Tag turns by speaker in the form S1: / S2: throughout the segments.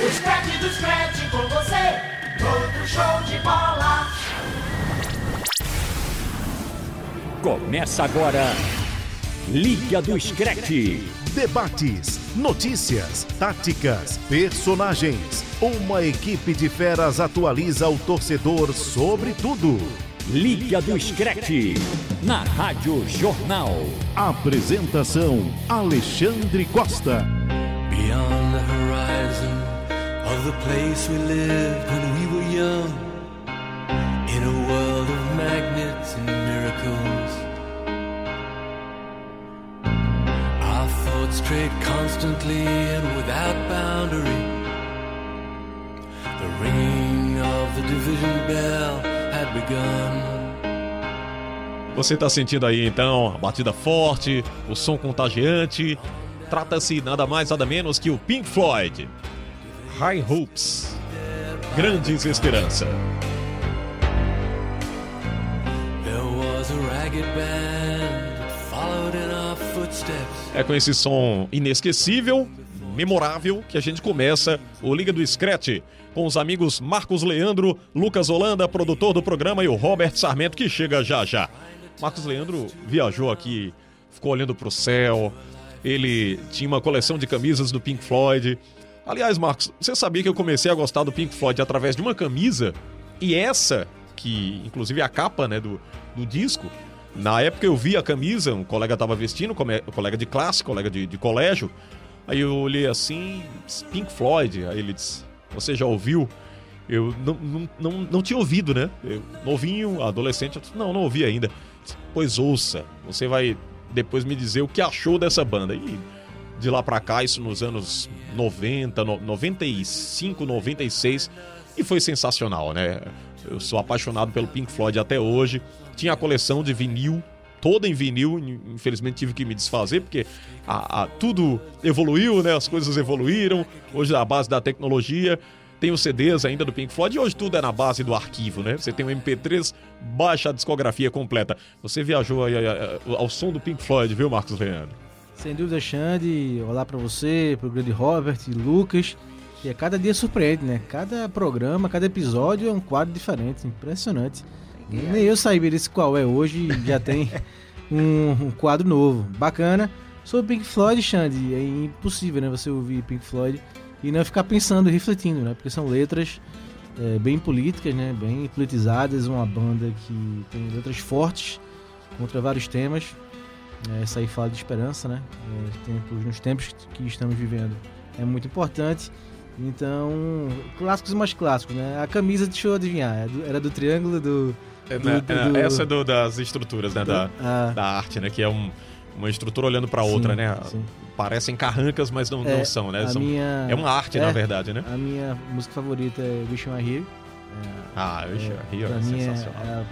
S1: O Scratch do Scratch com você, todo show de bola.
S2: Começa agora. Liga do Screte.
S3: Debates, notícias, táticas, personagens. Uma equipe de feras atualiza o torcedor sobre tudo.
S2: Liga do Screte. Na Rádio Jornal.
S3: Apresentação: Alexandre Costa.
S4: Beyond the horizon of the place we lived when we were young, in a world of magnets and miracles, our thoughts strayed constantly and without boundary. The ringing of the division bell had begun.
S5: Você tá sentindo aí então a batida forte, o som contagiante. Trata-se nada mais nada menos que o Pink Floyd. High Hopes. Grandes Esperança.
S4: There was a ragged band that followed in our footsteps.
S5: É com esse som inesquecível, memorável, que a gente começa o Liga do Scratch com os amigos Marcos Leandro, Lucas Holanda, produtor do programa, e o Robert Sarmento, que chega já já. Marcos Leandro viajou aqui, ficou olhando pro céu, ele tinha uma coleção de camisas do Pink Floyd. Aliás, Marcos, você sabia que eu comecei a gostar do Pink Floyd através de uma camisa? E essa, que inclusive é a capa né, do, do disco, na época eu vi a camisa, um colega tava vestindo, come- colega de classe, colega de, de colégio. Aí eu olhei assim, Pink Floyd. Aí ele disse: Você já ouviu? Eu não, não, não, não tinha ouvido, né? Eu, novinho, adolescente, eu disse, não, não ouvi ainda. Disse, pois ouça, você vai depois me dizer o que achou dessa banda. E de lá pra cá, isso nos anos 90, no- 95, 96, e foi sensacional, né? Eu sou apaixonado pelo Pink Floyd até hoje. Tinha a coleção de vinil, toda em vinil, in- infelizmente tive que me desfazer, porque a, a- tudo evoluiu, né? As coisas evoluíram, hoje é a base da tecnologia. Tem os CDs ainda do Pink Floyd e hoje tudo é na base do arquivo, né? Você tem um MP3, baixa a discografia completa. Você viajou aí, aí, aí, ao som do Pink Floyd, viu, Marcos Leandro?
S6: Sem dúvida, Xande. Olá pra você, pro grande Robert, Lucas. E a cada dia surpreende, né? Cada programa, cada episódio é um quadro diferente. Impressionante. Nem eu sabia desse qual é hoje e já tem um, um quadro novo. Bacana. Sobre Pink Floyd, Xande, é impossível, né? Você ouvir Pink Floyd e não é ficar pensando e refletindo, né? Porque são letras é, bem políticas, né? Bem politizadas. Uma banda que tem letras fortes contra vários temas. É, Essa aí fala de esperança, né? É, tempos- nos tempos que estamos vivendo é muito importante. Então, clássicos e mais clássicos, né? A camisa, deixa eu adivinhar, é do- era do triângulo do. do-
S5: É,
S6: do-
S5: Essa é do- das estruturas, né? Da,
S6: Ah,
S5: da arte, né? Que é um- uma estrutura olhando pra outra,
S6: sim,
S5: né?
S6: sim.
S5: Parecem carrancas, mas não,
S6: É,
S5: não são, né?
S6: a
S5: São-
S6: minha-
S5: É uma arte,
S6: é.
S5: na verdade, né?
S6: A minha música favorita é Wish You Were Here.
S5: Ah, eu achei Rio
S6: pra
S5: é
S6: mim é,
S5: sensacional.
S6: é a-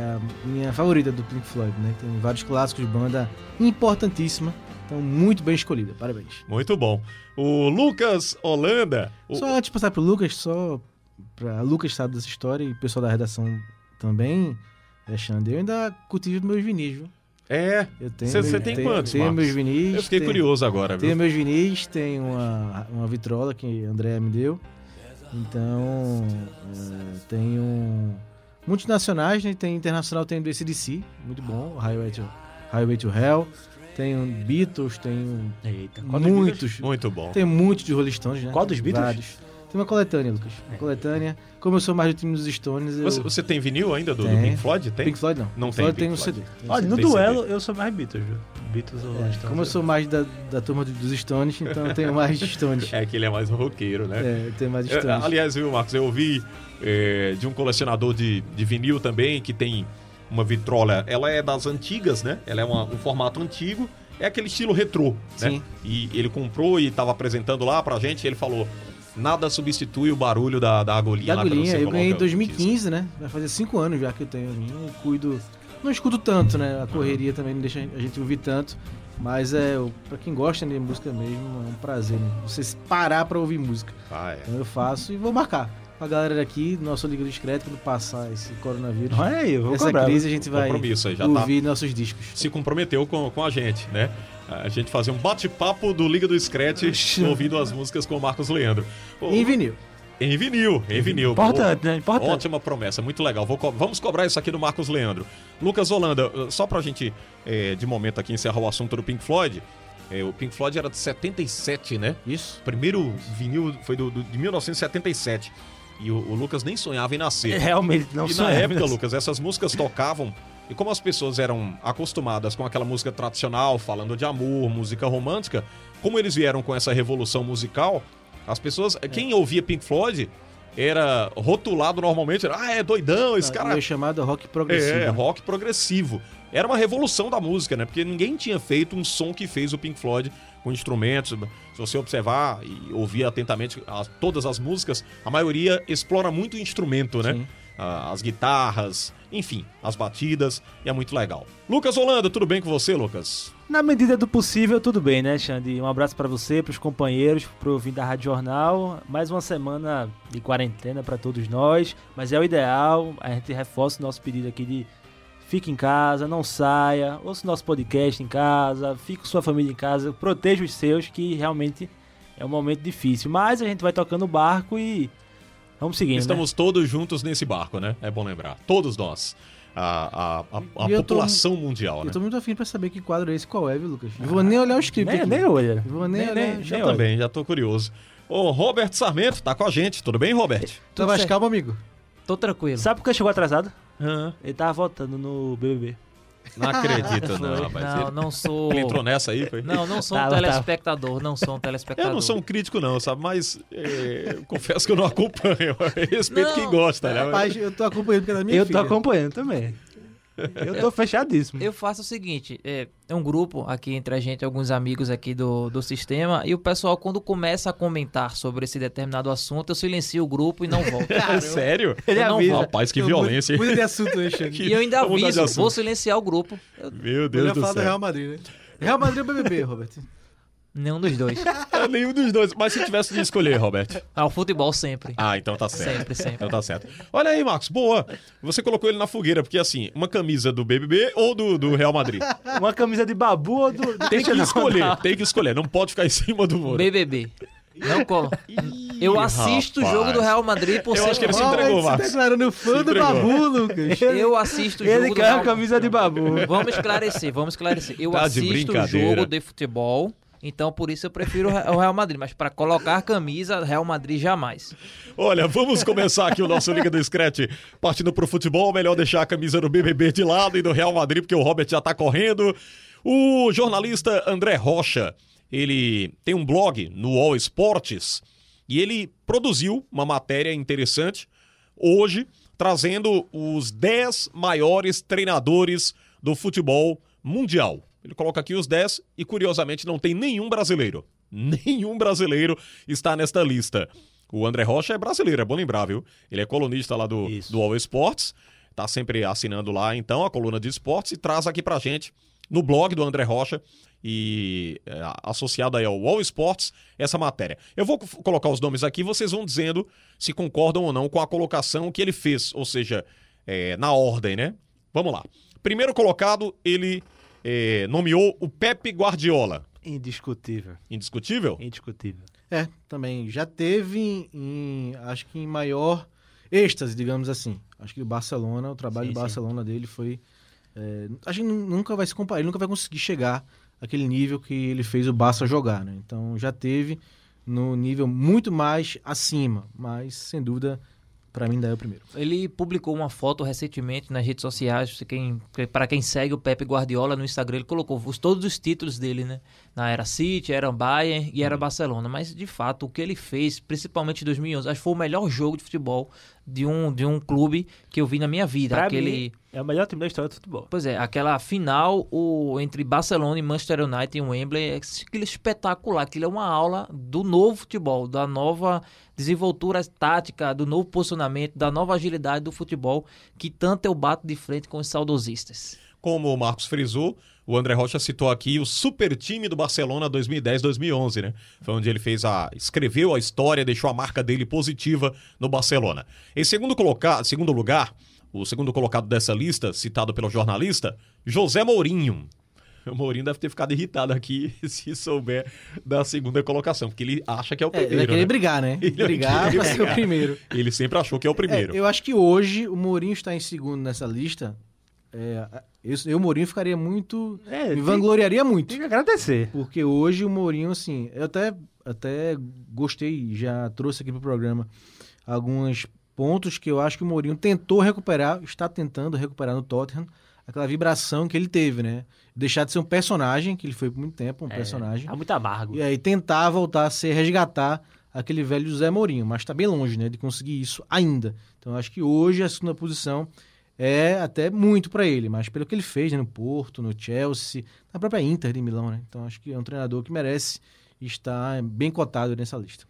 S6: é a minha favorita do Pink Floyd, né? Tem vários clássicos, banda importantíssima. Então, muito bem escolhida, parabéns.
S5: Muito bom. O Lucas Holanda. o-
S6: Só antes de passar pro Lucas, só pra Lucas sabe dessa história e o pessoal da redação também, Alexandre, eu ainda cultivo meus vinis, viu?
S5: É.
S6: Eu tenho.
S5: Cê- cê
S6: eu
S5: tem
S6: tenho-
S5: quantos,
S6: Tenho
S5: Marcos?
S6: meus vinis.
S5: Eu fiquei
S6: tenho-
S5: curioso agora,
S6: Tenho
S5: viu?
S6: meus vinis, tenho uma, uma vitrola que a Andréa me deu. Então, é, tenho muitos nacionais, né? Tem internacional, tem do ACDC, muito bom, Highway to, Highway to Hell. Tenho Beatles, tenho
S7: Eita, qual dos
S6: muitos.
S5: Muito bom.
S6: Tem muitos de Rolling Stones, né?
S7: Qual dos Beatles? É.
S6: Vários. Tem uma coletânea, Lucas. Uma coletânea. Como eu sou mais do time dos Stones, eu...
S5: Você, você tem vinil ainda do, do
S6: Tem.
S5: Pink Floyd? Tem?
S6: Pink Floyd não.
S5: Não
S6: Pink
S5: tem
S6: Floyd
S5: Pink
S6: tem um
S5: Floyd.
S6: CD.
S7: Olha, no
S5: Tem CD.
S7: duelo eu sou mais Beatles, viu? Beatles ou Rolling Stones.
S6: Como eu sou mais da, da turma do- dos Stones, então eu tenho mais Stones.
S5: É que ele é mais um roqueiro, né?
S6: É, eu tenho mais
S5: É,
S6: Stones.
S5: aliás, viu, Marcos, eu ouvi é, de um colecionador de, de vinil também, que tem uma vitrola. Ela é das antigas, né? Ela é uma- um formato antigo. É aquele estilo retrô, né?
S6: Sim.
S5: E ele comprou e tava apresentando lá pra gente, e ele falou: nada substitui o barulho da, da agulhinha
S6: da
S5: lá quando
S6: agulhinha,
S5: você
S6: eu ganhei em
S5: coloca o disco."
S6: 2015, né? Vai fazer 5 anos já que eu tenho a minha. Eu cuido. Não escuto tanto, né? A correria também não deixa a gente ouvir tanto. Mas é, eu- pra quem gosta de música mesmo, é um prazer, né? Você se parar pra ouvir música.
S5: Ah, é.
S6: Então eu faço e vou marcar. A galera daqui, nosso Liga do Discreto, quando passar esse coronavírus,
S7: Olha aí, eu vou
S6: essa
S7: cobrar.
S6: crise, a gente vai
S5: Compromisso aí, já tá.
S6: ouvir nossos discos.
S5: se comprometeu com, com a gente, né? A gente fazer um bate-papo do Liga do Scratch ouvindo as músicas com o Marcos Leandro. Ô,
S6: Em vinil.
S5: Em vinil, em vinil.
S8: Importante, né? Importante.
S5: Ótima promessa, muito legal. Vou co- vamos cobrar isso aqui do Marcos Leandro. Lucas Holanda, eh, só pra gente, eh, de momento aqui, encerrar o assunto do Pink Floyd. eh, o Pink Floyd era de 77, né?
S6: Isso.
S5: O primeiro vinil foi do, do- de 1977. E o, o Lucas nem sonhava em nascer.
S8: É, Realmente não
S5: e
S8: sou
S5: na
S8: eu,
S5: época,
S8: mas-
S5: Lucas, essas músicas tocavam. E como as pessoas eram acostumadas com aquela música tradicional, falando de amor, música romântica, como eles vieram com essa revolução musical, as pessoas.
S8: É.
S5: Quem ouvia Pink Floyd era rotulado normalmente, era, ah, é doidão, esse cara.
S6: Meu chamado rock progressivo.
S5: É, rock progressivo. Era uma revolução da música, né? Porque ninguém tinha feito um som que fez o Pink Floyd com instrumentos. Se você observar e ouvir atentamente as- todas as músicas, a maioria explora muito o instrumento, né? Ah, As guitarras, enfim, as batidas, e é muito legal. Lucas Holanda, tudo bem com você, Lucas?
S8: Na medida do possível, tudo bem, né, Xande? Um abraço pra você, pros companheiros, pro ouvinte da Rádio Jornal. Mais uma semana de quarentena pra todos nós, mas é o ideal. A gente reforça o nosso pedido aqui de fique em casa, não saia, ouça o nosso podcast em casa, fique com sua família em casa, proteja os seus, que realmente é um momento difícil. Mas a gente vai tocando o barco e vamos seguindo. né?
S5: Estamos todos juntos nesse barco, né? É bom lembrar. Todos nós. A, a- a- a
S6: E eu tô-
S5: população mundial, né? Ah,
S6: Eu tô muito afim pra saber que quadro é esse, qual é, viu, Lucas? Não vou nem olhar o script
S8: Nem,
S6: aqui.
S8: nem olha.
S6: Vou nem olhar. tá
S5: Eu
S8: olha.
S5: também, já tô curioso. Ô, Robert Sarmento tá com a gente. Tudo bem, Robert?
S6: Tu vai calmo, amigo.
S4: Tô tranquilo.
S8: Sabe por que chegou atrasado? Ele tava votando no BBB.
S5: Não acredito, não, rapaz.
S4: Não,
S5: ele,
S4: não sou.
S5: ele entrou nessa aí, foi?
S4: Não, não sou um
S8: Tava, tava.
S4: telespectador. Não sou um telespectador.
S5: Eu não sou um crítico, não, sabe? Mas é, eu confesso que eu não acompanho. Eu respeito
S4: Não,
S5: quem gosta, né?
S6: Rapaz, eu tô acompanhando porque é da minha
S8: eu
S6: filha.
S8: tô acompanhando também. Eu tô fechadíssimo.
S4: Eu faço o seguinte: é, é um grupo aqui entre a gente, alguns amigos aqui do, do sistema, e o pessoal, quando começa a comentar sobre esse determinado assunto, eu silencio o grupo e não volto.
S5: Sério?
S8: Ele
S4: Eu não
S8: avisa.
S5: Rapaz, que violência. hein?
S6: Muda de assunto, né, Alexandre.
S4: E eu ainda
S5: Vamos mudar de
S4: aviso,
S5: assunto.
S4: vou silenciar o grupo. Eu-
S5: Meu
S6: Eu
S5: Deus
S6: ia
S5: do
S6: falar do Real
S5: céu.
S6: Madrid, né? Real Madrid ou BBB, Robert?
S4: nenhum dos dois.
S5: É nenhum dos dois. Mas se tivesse de escolher, Robert.
S4: Ah, o futebol sempre.
S5: Ah, então tá certo.
S4: Sempre, sempre.
S5: Então tá certo. Olha aí, Marcos, boa. Você colocou ele na fogueira, porque assim, uma camisa do BBB ou do, do Real Madrid?
S8: Uma camisa de babu ou do.
S5: Tem que escolher, tem que escolher. Não pode ficar em cima do muro.
S4: BBB. Não colo. Eu assisto o jogo do Real Madrid por
S5: Eu
S4: ser. um
S5: acho que ele se
S6: Robert
S5: entregou,
S6: se
S5: Marcos.
S6: declarando fã
S5: Se
S6: do
S5: entregou.
S6: Babu, Lucas.
S4: Eu assisto o jogo
S8: Ele
S4: do
S8: quer
S4: Real
S8: a camisa de babu.
S4: Vamos esclarecer, vamos esclarecer. Eu
S5: Tá de
S4: assisto o
S5: brincadeira.
S4: jogo de futebol, então por isso eu prefiro o Re- o Real Madrid. Mas pra colocar camisa, Real Madrid jamais.
S5: Olha, vamos começar aqui o nosso Liga do Scratch. Partindo pro futebol, melhor deixar a camisa do BBB de lado e do Real Madrid, porque o Robert já tá correndo. O jornalista André Rocha, ele tem um blog no All Esportes e ele produziu uma matéria interessante hoje, trazendo os 10 maiores treinadores do futebol mundial. Ele coloca aqui os 10 e, curiosamente, não tem nenhum brasileiro. Nenhum brasileiro está nesta lista. O André Rocha é brasileiro, é bom lembrar, viu? Ele é colunista lá do, do All Sports, tá sempre assinando lá, então, a coluna de esportes e traz aqui pra gente no blog do André Rocha e é, associado aí ao All Sports essa matéria. Eu vou co- colocar os nomes aqui, vocês vão dizendo se concordam ou não com a colocação que ele fez, ou seja, é, na ordem, né? Vamos lá. Primeiro colocado, ele é, nomeou o Pepe Guardiola.
S8: Indiscutível.
S5: Indiscutível?
S8: Indiscutível.
S6: É, também. Já teve em, em- acho que em maior êxtase, digamos assim. Acho que o Barcelona, o trabalho
S8: Sim,
S6: do
S8: sim.
S6: Barcelona dele foi. é, acho que nu- nunca vai se comparar, ele nunca vai conseguir chegar àquele nível que ele fez o Barça jogar, né? Então já teve no nível muito mais acima, mas sem dúvida, pra mim, daí é o primeiro.
S4: Ele publicou uma foto recentemente nas redes sociais, se quem, para quem segue o Pepe Guardiola no Instagram, ele colocou os- todos os títulos dele, né? Na era City, era Bayern e era
S5: Uhum.
S4: Barcelona. Mas, de fato, o que ele fez, principalmente em 2011, acho que foi o melhor jogo de futebol de um, de um clube que eu vi na minha vida.
S8: Pra
S4: aquele...
S8: mim, é o melhor time da história do futebol.
S4: Pois é, aquela final o, entre Barcelona e Manchester United em Wembley, é aquilo espetacular, aquilo é uma aula do novo futebol, da nova desenvoltura tática, do novo posicionamento, da nova agilidade do futebol, que tanto eu bato de frente com os saudosistas.
S5: Como o Marcos frisou, o André Rocha citou aqui o super time do Barcelona 2010-2011, né? Foi onde ele fez a escreveu a história, deixou a marca dele positiva no Barcelona. Em segundo colocar, segundo lugar, o segundo colocado dessa lista, citado pelo jornalista, José Mourinho. O Mourinho deve ter ficado irritado aqui se souber da segunda colocação, porque ele acha que é o
S6: É, ele
S5: primeiro.
S6: vai querer
S5: né?
S6: brigar, né?
S5: Ele vai
S6: brigar
S5: querer
S6: pra ser o
S5: brigar.
S6: primeiro.
S5: Ele sempre achou que é o primeiro.
S6: É, eu acho que hoje o Mourinho está em segundo nessa lista. É, eu, eu, Mourinho, ficaria muito.
S8: É,
S6: me
S8: tem-
S6: vangloriaria muito.
S8: Tem que agradecer.
S6: Porque hoje o Mourinho, assim, eu até, até gostei, já trouxe aqui pro programa alguns pontos que eu acho que o Mourinho tentou recuperar, está tentando recuperar no Tottenham, aquela vibração que ele teve, né? Deixar de ser um personagem, que ele foi por muito tempo, um personagem.
S8: Tá muito amargo.
S6: E aí tentar voltar a ser, resgatar aquele velho Zé Mourinho, mas está bem longe, né, de conseguir isso ainda. Então eu acho que hoje a segunda posição é até muito para ele, mas pelo que ele fez né, no Porto, no Chelsea, na própria Inter de Milão, né? Então acho que é um treinador que merece estar bem cotado nessa lista.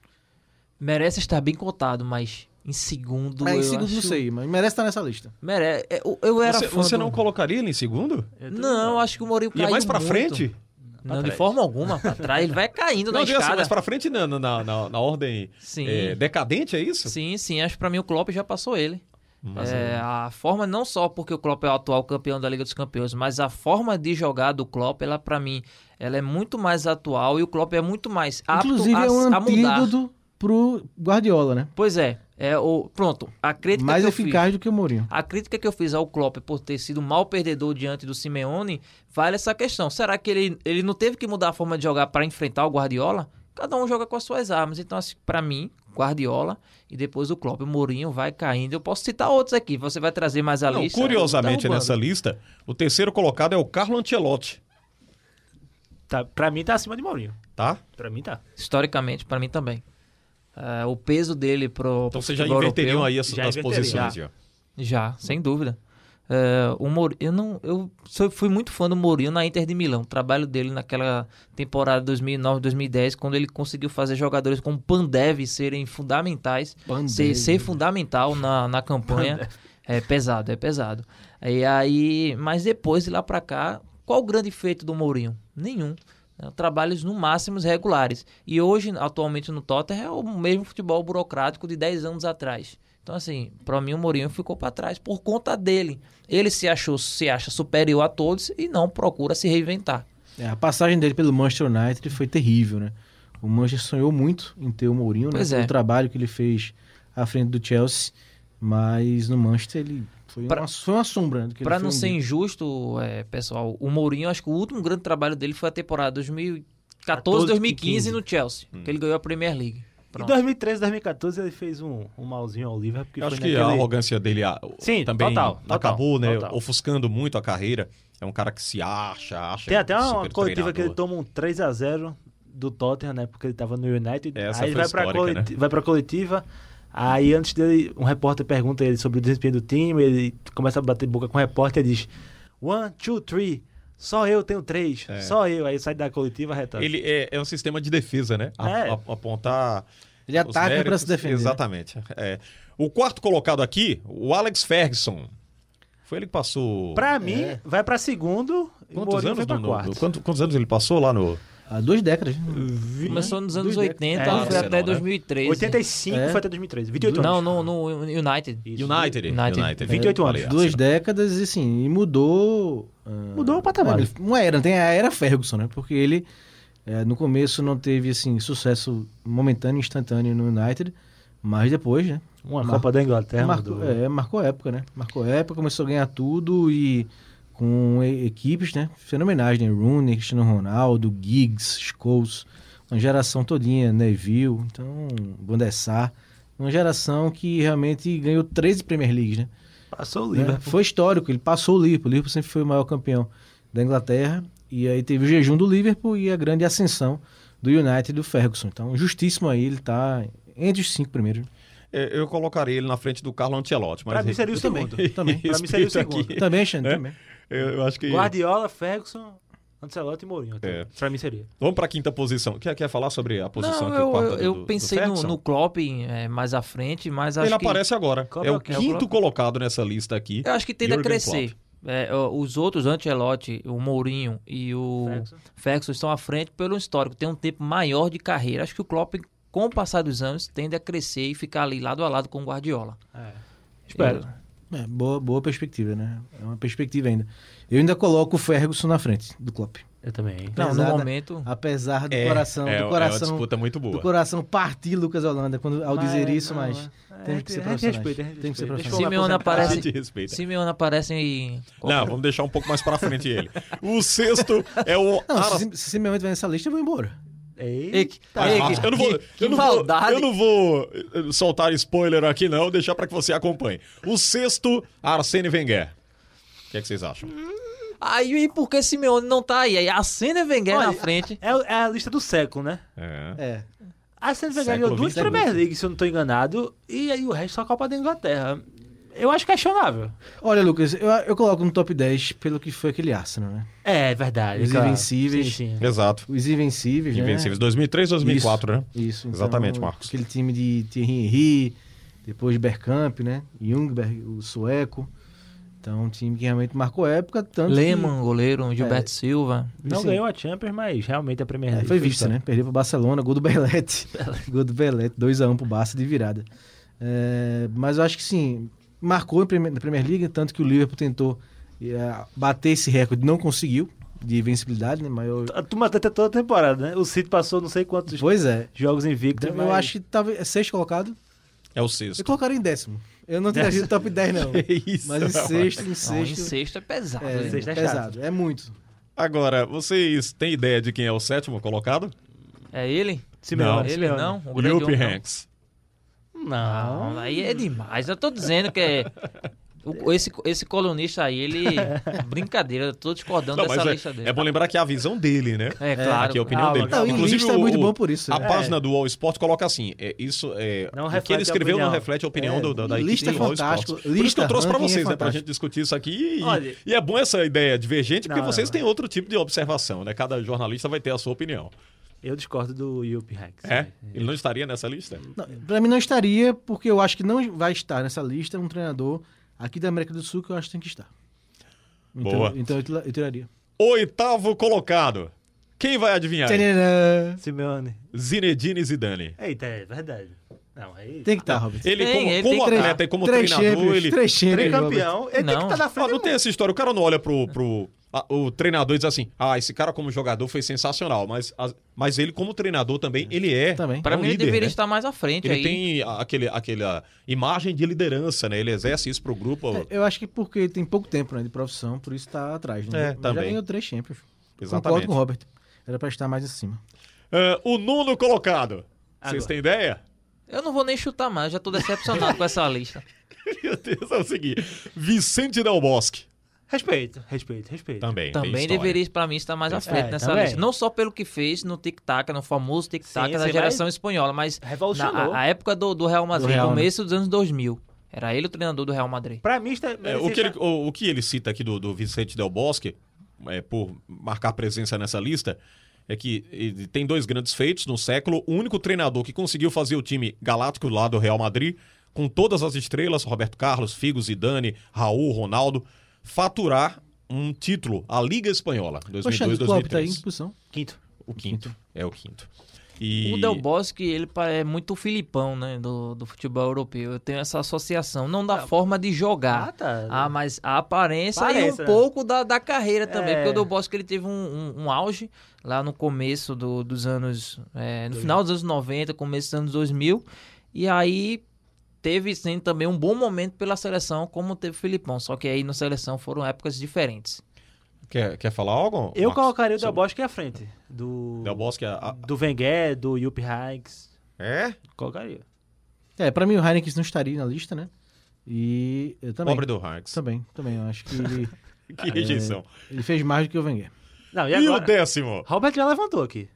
S9: Merece estar bem cotado, mas em segundo.
S6: É, em
S9: eu
S6: segundo
S9: acho...
S6: não sei, mas merece estar nessa lista.
S9: Mere... é, Eu, eu era
S5: Você,
S9: fã.
S5: você
S9: do-
S5: não colocaria ele em segundo?
S9: Não, acho que o Mourinho
S5: E
S9: caiu.
S5: é mais pra
S9: muito.
S5: frente?
S9: Não, de forma alguma, pra trás. Ele vai caindo na
S5: Não, diga assim,
S9: escada.
S5: mais pra frente na, na, na, na- na ordem
S9: Sim.
S5: é, decadente, é isso?
S9: Sim, sim. Acho que pra mim o Klopp já passou ele.
S5: Mas,
S9: É, a forma, não só porque o Klopp é o atual campeão da Liga dos Campeões, mas a forma de jogar do Klopp, ela pra mim, ela é muito mais atual e o Klopp é muito mais apto
S6: Inclusive
S9: a,
S6: é um
S9: a mudar.
S6: antídoto pro Guardiola, né?
S9: Pois é, é o pronto, a crítica
S6: Mais
S9: que eu
S6: eficaz
S9: fiz,
S6: do que o Mourinho.
S9: a crítica que eu fiz ao Klopp por ter sido mal perdedor diante do Simeone, vale essa questão. Será que ele, ele não teve que mudar a forma de jogar para enfrentar o Guardiola? Cada um joga com as suas armas. Então, assim, para mim, Guardiola e depois o Klopp, o Mourinho vai caindo. Eu posso citar outros aqui. Você vai trazer mais a
S5: não,
S9: lista.
S5: curiosamente,
S9: Tá roubando.
S5: nessa lista, o terceiro colocado é o Carlo Ancelotti,
S8: Tá, pra mim tá acima de Mourinho.
S5: tá?
S8: Pra mim tá.
S9: historicamente, pra mim também. É, o peso dele pro.
S5: Então
S9: pro
S5: vocês já
S9: futebol
S5: inverteriam
S9: europeu-
S5: aí as,
S8: já
S5: as
S8: inverteria.
S5: posições.
S8: Já.
S5: ó.
S9: Já, sem dúvida. É, o Mour... Eu não, eu sou- fui muito fã do Mourinho na Inter de Milão. O trabalho dele naquela temporada 2009, 2010, quando ele conseguiu fazer jogadores como Pandev serem fundamentais,
S6: Pandev.
S9: ser, ser fundamental na, na campanha. É pesado, é pesado. E aí, mas depois de lá pra cá, qual o grande feito do Mourinho? Nenhum. né? Trabalhos no máximo regulares. E hoje, atualmente no Tottenham, é o mesmo futebol burocrático de 10 anos atrás. Então, assim, pra mim o Mourinho ficou pra trás por conta dele. Ele se achou, se acha superior a todos e não procura se reinventar.
S6: É, a passagem dele pelo Manchester United foi terrível, né? O Manchester sonhou muito em ter o Mourinho,
S9: Pois
S6: né?
S9: é.
S6: O trabalho que ele fez à frente do Chelsea, mas no Manchester ele foi,
S9: Pra-
S6: uma, foi uma sombra do que
S9: Pra
S6: ele foi
S9: não
S6: um
S9: ser
S6: dia.
S9: injusto, é, pessoal, o Mourinho, acho que o último grande trabalho dele foi a temporada 2014,
S8: 14,
S9: 2015 no Chelsea,
S5: Hum.
S9: que ele ganhou a Premier League.
S8: Em
S9: Pronto.
S8: 2013, 2014 ele fez um, um malzinho ao Liverpool. Porque
S5: Eu acho
S8: foi
S5: que a
S8: naquele...
S5: arrogância dele ah,
S8: Sim,
S5: também
S8: total, total,
S5: acabou, né?
S8: total.
S5: Ofuscando muito a carreira. É um cara que se acha, acha.
S8: Tem até
S5: um
S8: uma
S5: super
S8: coletiva que
S5: treinador.
S8: ele toma um 3x0 do Tottenham, né? Porque ele tava no United.
S5: Essa
S8: aí ele
S5: foi
S8: vai pra,
S5: histórica, né?
S8: coleti- vai pra coletiva. Aí antes dele, um repórter pergunta ele sobre o desempenho do time. Ele começa a bater boca com o repórter e diz: One, two, three. Só eu tenho três. Só eu. Aí sai da coletiva retado.
S5: É. Ele é, é um sistema de defesa, né? A-
S8: É.
S5: a- apontar.
S6: Ele
S5: os
S6: ataca pra
S5: méritos.
S6: se defender.
S5: Exatamente. é. O quarto colocado aqui, o Alex Ferguson. Foi ele que passou.
S8: Pra mim, vai pra segundo. e o
S5: É. Quantos
S8: Mourinho
S5: anos,
S8: vai pra
S5: no- no-
S8: quarto.
S5: quanto- quantos anos ele passou lá no.
S6: Há duas décadas. né?
S9: Começou nos anos
S6: Dois
S9: 80
S8: décadas.
S9: foi
S5: É,
S9: até
S5: não, né?
S9: 2013.
S8: 85
S6: É.
S8: foi até 2013. 28
S9: Não,
S8: anos.
S9: no, no United.
S5: United.
S9: United. É,
S8: 28 anos,
S5: Aliás,
S6: Duas
S5: né? décadas.
S6: décadas e assim, e mudou. ah,
S8: Mudou o patamar.
S6: ele- Uma era, tem a era Ferguson, né? Porque ele eh, no começo não teve assim, sucesso momentâneo, instantâneo no United, mas depois, né?
S8: Uma
S6: Mar-
S8: Copa da Inglaterra.
S6: marcou,
S8: mudou.
S6: é, marcou época, né? Marcou época, começou a ganhar tudo e com e- equipes, né? Fenomenais, né? Rooney, Cristiano Ronaldo, Giggs, Scholes, uma geração todinha, Neville, então, Bandessar, uma geração que realmente ganhou 13 Premier Leagues, né?
S8: Passou o
S6: né?
S8: Liverpool.
S6: Foi histórico, ele passou o Liverpool, o Liverpool sempre foi o maior campeão da Inglaterra e aí teve o jejum do Liverpool e a grande ascensão do United e do Ferguson. Então, justíssimo aí, ele tá entre os cinco primeiros.
S5: É, Eu colocaria ele na frente do Carlo Ancelotti. Mas
S8: Pra mim seria o segundo.
S6: também.
S8: Pra mim seria o
S5: Respeito
S8: segundo.
S5: aqui.
S6: Também, Xande,
S5: É?
S6: também.
S5: Eu eu acho que.
S8: Guardiola, Ferguson, Ancelotti e Mourinho.
S5: É.
S8: Pra mim seria.
S5: Vamos pra quinta posição. Quer, quer falar sobre a posição
S9: Não,
S5: aqui? o
S9: eu,
S5: quarto
S9: eu,
S5: do-
S9: eu
S5: do
S9: pensei no,
S5: Ferguson?
S9: no Klopp é, mais à frente, mas acho
S5: Ele
S9: que...
S5: aparece agora.
S8: Klopp
S5: É
S8: é
S5: o
S8: o quê? É o
S5: quinto
S8: Klopp?
S5: colocado nessa lista aqui.
S9: Eu acho que tende a
S5: Jürgen
S9: crescer.
S5: Klopp.
S9: É, ó, os outros, Ancelotti, o Mourinho e o
S8: Ferguson.
S9: Ferguson, estão à frente pelo histórico. Tem um tempo maior de carreira. Acho que o Klopp,
S5: É.
S9: com o passar dos anos, tende a crescer e ficar ali lado a lado com o Guardiola.
S8: Espero.
S9: Eu-
S6: É, boa, boa perspectiva, né? É uma perspectiva ainda. Eu ainda coloco o Ferguson na frente do Klopp.
S8: Eu também.
S9: É. Não, no
S6: Apesar da-
S9: momento.
S8: Ah,
S6: Apesar do
S5: É,
S6: coração,
S5: é,
S6: do
S5: É uma
S6: coração,
S5: disputa muito
S6: do
S5: boa.
S6: coração partir Lucas Holanda quando, ao dizer isso, mas é, temos que ser profissionais. Temos que ser profissionais.
S9: Simeone
S5: A
S9: aparece.
S5: gente respeita.
S9: Simeone aparece em.
S5: Não, vamos deixar um pouco mais pra frente ele. O sexto é o
S6: Não,
S5: Aras-
S6: se, se Simeone vai nessa lista, eu vou embora.
S9: Ei, que-
S5: Faz
S9: ei,
S5: parte.
S9: que-
S5: eu não vou,
S9: que-
S5: eu
S9: que
S5: não vou,
S9: maldade.
S5: eu não vou eh, soltar spoiler aqui não, deixar pra que você acompanhe. O sexto, Arsene Wenger. O que, é que vocês acham?
S9: Hum. Aí e por que Simeone não tá aí? Aí a Senna Wenger na
S8: Olha,
S9: frente.
S8: É, é a lista do século, né?
S5: É.
S6: É.
S8: A Santa
S5: Século
S8: ganhou duas
S5: 21.
S8: Premier League, se eu não tô enganado, e aí o resto é só a Copa da Inglaterra. Eu acho questionável.
S6: Olha, Lucas, eu, eu coloco no top 10 pelo que foi aquele Arsenal, né?
S8: É, verdade.
S6: Os
S8: claro.
S6: invencíveis.
S8: Sim, sim.
S5: Exato.
S6: Os Invencíveis, né?
S5: Invencíveis 2003, 2004, né?
S6: Isso, então,
S5: Exatamente, Marcos.
S6: Aquele time de Thierry Henry, depois Bergkamp, né? Jungberg, o sueco. Então, um time que realmente marcou época, tanto que-
S9: Lehmann, goleiro,
S8: É.
S9: Gilberto Silva.
S8: Não
S6: Assim,
S8: ganhou a Champions, mas realmente a Premier
S6: é,
S8: League.
S6: foi visto,
S8: só.
S6: né? Perdeu pro Barcelona, gol do Belete. gol do Belete, 2x1 pro Barça de virada. É, mas eu acho que sim, marcou em prime- na Premier League, tanto que o Liverpool tentou é, bater esse recorde, não conseguiu, de invencibilidade, né? Maior...
S8: A turma tá até toda a temporada, né? O City passou não sei quantos
S6: Pois é.
S8: jogos invictos.
S6: Então,
S8: mas-
S6: eu acho que talvez é sexto colocado.
S5: É o
S6: Eu
S5: sexto.
S6: colocaria em décimo. Eu não tiraria do top 10, não.
S5: isso,
S6: Mas em sexto, em
S9: Não, em
S6: sexto.
S9: sexto é pesado.
S6: é,
S9: né?
S8: sexto é
S6: pesado. É muito.
S5: Agora, vocês têm ideia de quem é o sétimo colocado?
S9: É ele?
S8: Simeone,
S5: Não.
S9: Ele
S8: Simeone.
S9: não? O grande
S5: Yuppie
S9: homem não.
S5: Hanks.
S8: Não.
S9: Não, aí é demais. Eu tô dizendo que é. o- Esse, esse colunista aí, ele. Brincadeira, eu tô discordando
S5: Não,
S9: dessa
S5: mas
S9: lista
S5: é-
S9: dele.
S5: é bom lembrar que é a visão dele, né?
S9: É, claro.
S5: Aqui é a opinião
S8: Ah,
S5: dele.
S8: legal.
S6: Não, Inclusive, lista é
S5: o-
S6: muito
S5: o-
S6: bom por isso.
S5: A
S6: né?
S5: página do All Sport coloca assim: é, isso é,
S8: Não
S5: o que ele
S8: reflete a
S5: escreveu não
S8: opinião.
S5: reflete a opinião
S6: É,
S5: do, da, da equipe
S6: lista
S5: do All
S6: fantástico,
S5: Sport. Por isso que
S6: lista
S5: eu trouxe pra
S6: ranking é
S5: vocês, né? Pra
S6: fantástico.
S5: gente discutir isso aqui. E,
S8: Olha-
S5: e é bom essa ideia divergente, porque
S8: Não,
S5: vocês
S8: não.
S5: têm outro tipo de observação, né? Cada jornalista vai ter a sua opinião.
S8: Eu discordo do Yuppie Hacks.
S5: É? Ele não estaria nessa lista?
S6: Não, pra mim não estaria, porque eu acho que não vai estar nessa lista um treinador aqui da América do Sul que eu acho que tem que estar. Então,
S5: Boa.
S6: então eu tira- eu tiraria.
S5: Oitavo colocado. Quem vai adivinhar? aí?
S6: Tcharam!
S8: Simeone.
S5: Zinedine Zidane.
S8: Eita, é verdade. Não, aí...
S6: Tem que estar, Robert.
S5: Ah, Ele,
S9: Tem,
S5: como,
S9: ele
S5: como
S9: tem três-
S5: atleta e como
S6: três
S5: treinador,
S6: Champions,
S5: ele.
S6: três Champions, Robert.
S8: Tricampeão, ele tem que
S9: Não.
S8: estar na
S5: Ah,
S8: frente.
S5: não tem essa história. O cara não olha pro, pro a- o treinador e diz assim: ah, esse cara como jogador foi sensacional, mas, as- mas ele como treinador também, ele é.
S6: Também.
S9: Pra
S5: é um
S9: mim, ele
S5: líder,
S9: deveria
S5: né?
S9: estar mais à frente
S5: Ele
S9: aí.
S5: tem a- aquele, aquela imagem de liderança, né? Ele exerce isso pro grupo.
S6: É, Eu acho que porque ele tem pouco tempo né, de profissão, por isso tá atrás. Né?
S5: É,
S6: Mas
S5: também.
S6: Já ganhou três Champions.
S5: Exatamente.
S6: Concordo com o Robert. Era pra estar mais em cima.
S5: Ah, o nono colocado. Vocês têm ideia?
S9: Eu não vou nem chutar mais, já tô decepcionado com essa lista.
S5: Meu Deus, é o seguinte: Vicente Del Bosque.
S8: Respeito, respeito, respeito.
S5: Também. tem
S9: Também
S5: história. né? É,
S9: deveria, pra mim, estar mais à frente nessa
S8: também.
S9: lista. Não só pelo que fez no tic-tac, no famoso tic-tac
S8: Sim,
S9: da
S8: sim,
S9: geração espanhola, mas
S8: Revolucionou.
S9: na a, a época do, do Real Madrid,
S6: Real, né?
S9: começo dos anos 2000. Era ele o treinador do Real Madrid.
S8: Pra mim, está,
S5: É, o, que ele, o, o que ele cita aqui do, do Vicente Del Bosque, é, por marcar presença nessa lista, é que ele tem dois grandes feitos no século. O único treinador que conseguiu fazer o time galáctico lá do Real Madrid, com todas as estrelas, Roberto Carlos, Figo, Zidane, Raul, Ronaldo, faturar um título, a Liga Espanhola,
S6: Poxa, o
S5: 2002,
S6: Klopp tá aí em
S5: 2003.
S6: que posição?
S8: Quinto.
S5: o quinto, é o quinto. E...
S9: O Del Bosque, ele pa- é muito o filipão, né, do, do futebol europeu. Eu tenho essa associação, não da forma de jogar,
S8: Ah, tá.
S9: ah, mas a aparência e um
S8: Aparência, né?
S9: pouco da, da carreira também.
S8: É.
S9: Porque o Del Bosque, ele teve um, um- um auge lá no começo do- dos anos... é, no final dos anos 90, começo dos anos 2000. E aí teve, sim, também um bom momento pela seleção, como teve o Filipão. Só que aí na seleção foram épocas diferentes.
S5: Quer, quer falar algo?
S8: Eu
S5: Marcos?
S8: colocaria o Del
S5: Sobre-
S8: Bosque à frente. Do.
S5: Del Bosque é... a-
S8: Do Wenger, do Yuppie Hanks.
S5: é?
S8: Colocaria.
S6: É, pra mim o Heineken não estaria na lista, né? E eu também.
S5: Pobre do Hanks.
S6: Também, também. Eu acho que ele,
S5: Que rejeição.
S6: ele fez mais do que o Wenger.
S8: Não, e
S5: E o
S8: agora?
S5: décimo?
S8: Robert já levantou aqui.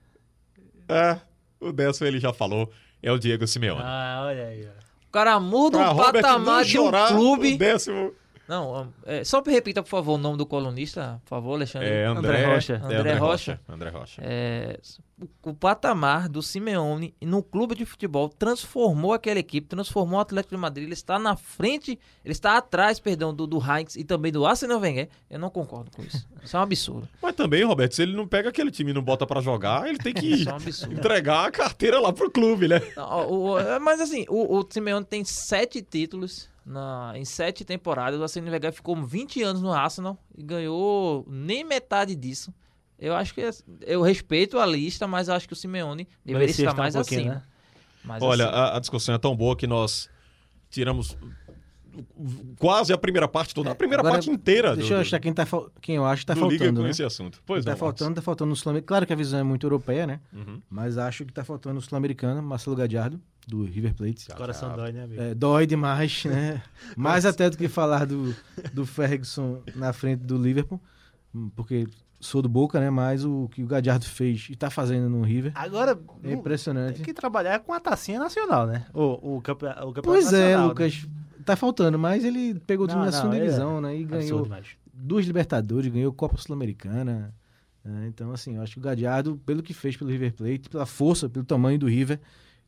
S5: É, o décimo ele já falou, é o Diego Simeone.
S8: Ah, olha aí. ó.
S9: O cara muda
S5: Pra
S9: o
S5: Robert
S9: patamar
S5: não
S9: de Ah, um
S5: chorar,
S9: clube...
S5: O décimo
S9: Não, é, só me repita, por favor, o nome do colunista, por favor, Alexandre.
S5: é André,
S8: André Rocha.
S5: é
S9: André Rocha.
S5: André Rocha.
S9: É, o patamar do Simeone no clube de futebol transformou aquela equipe, transformou o Atlético de Madrid. Ele está na frente, ele está atrás, perdão, do, do Heinz e também do Arsenal Wenger. Eu não concordo com isso. Isso é um absurdo.
S5: Mas também, Roberto, se ele não pega aquele time e não bota pra jogar, ele tem que
S9: Isso é um absurdo.
S5: entregar a carteira lá pro clube, né?
S9: Não, o- o- é, mas assim, o, o Simeone tem sete títulos na, em sete temporadas. O Arsene Wenger ficou 20 anos no Arsenal e ganhou nem metade disso. Eu acho que assim, eu respeito a lista, mas acho que o Simeone deveria
S8: Merecia
S9: estar
S8: estar um
S9: mais assim.
S8: pouquinho,
S9: Né?
S8: né?
S9: Mas
S5: Olha,
S9: assim,
S5: a, a discussão é tão boa que nós tiramos quase a primeira parte toda, a primeira
S6: Agora,
S5: parte inteira
S6: Deixa eu
S5: do,
S6: achar quem, tá, fal- quem eu acho que tá
S5: do Liga
S6: faltando.
S5: com
S6: né?
S5: esse assunto. Pois não,
S6: tá
S5: Marcos.
S6: faltando, tá faltando no Sul-Americano. Claro que a visão é muito europeia, né?
S5: Uhum.
S6: Mas acho que tá faltando no Sul-Americano, Marcelo Gadiardo, do River Plate.
S7: O coração dói, né, amigo?
S6: É, dói demais, né? Mais até do que falar do, do Ferguson na frente do Liverpool, hum, porque sou do Boca, né? Mas o que o Gadiardo fez e tá fazendo no River
S7: Agora,
S6: é
S7: não-
S6: impressionante.
S7: tem que trabalhar com a tacinha nacional, né? O, o, campe... o campeonato
S6: Pois é,
S7: nacional, né?
S6: Lucas. Tá faltando, mas ele pegou o time
S7: Não,
S6: na
S7: não,
S6: segunda
S7: ele é
S6: divisão, né? E ganhou
S7: Absurdo, mas...
S6: duas Libertadores, ganhou Copa Sul-Americana. né? Então, assim, eu acho que o Gadiardo, pelo que fez pelo River Plate, pela força, pelo tamanho do River,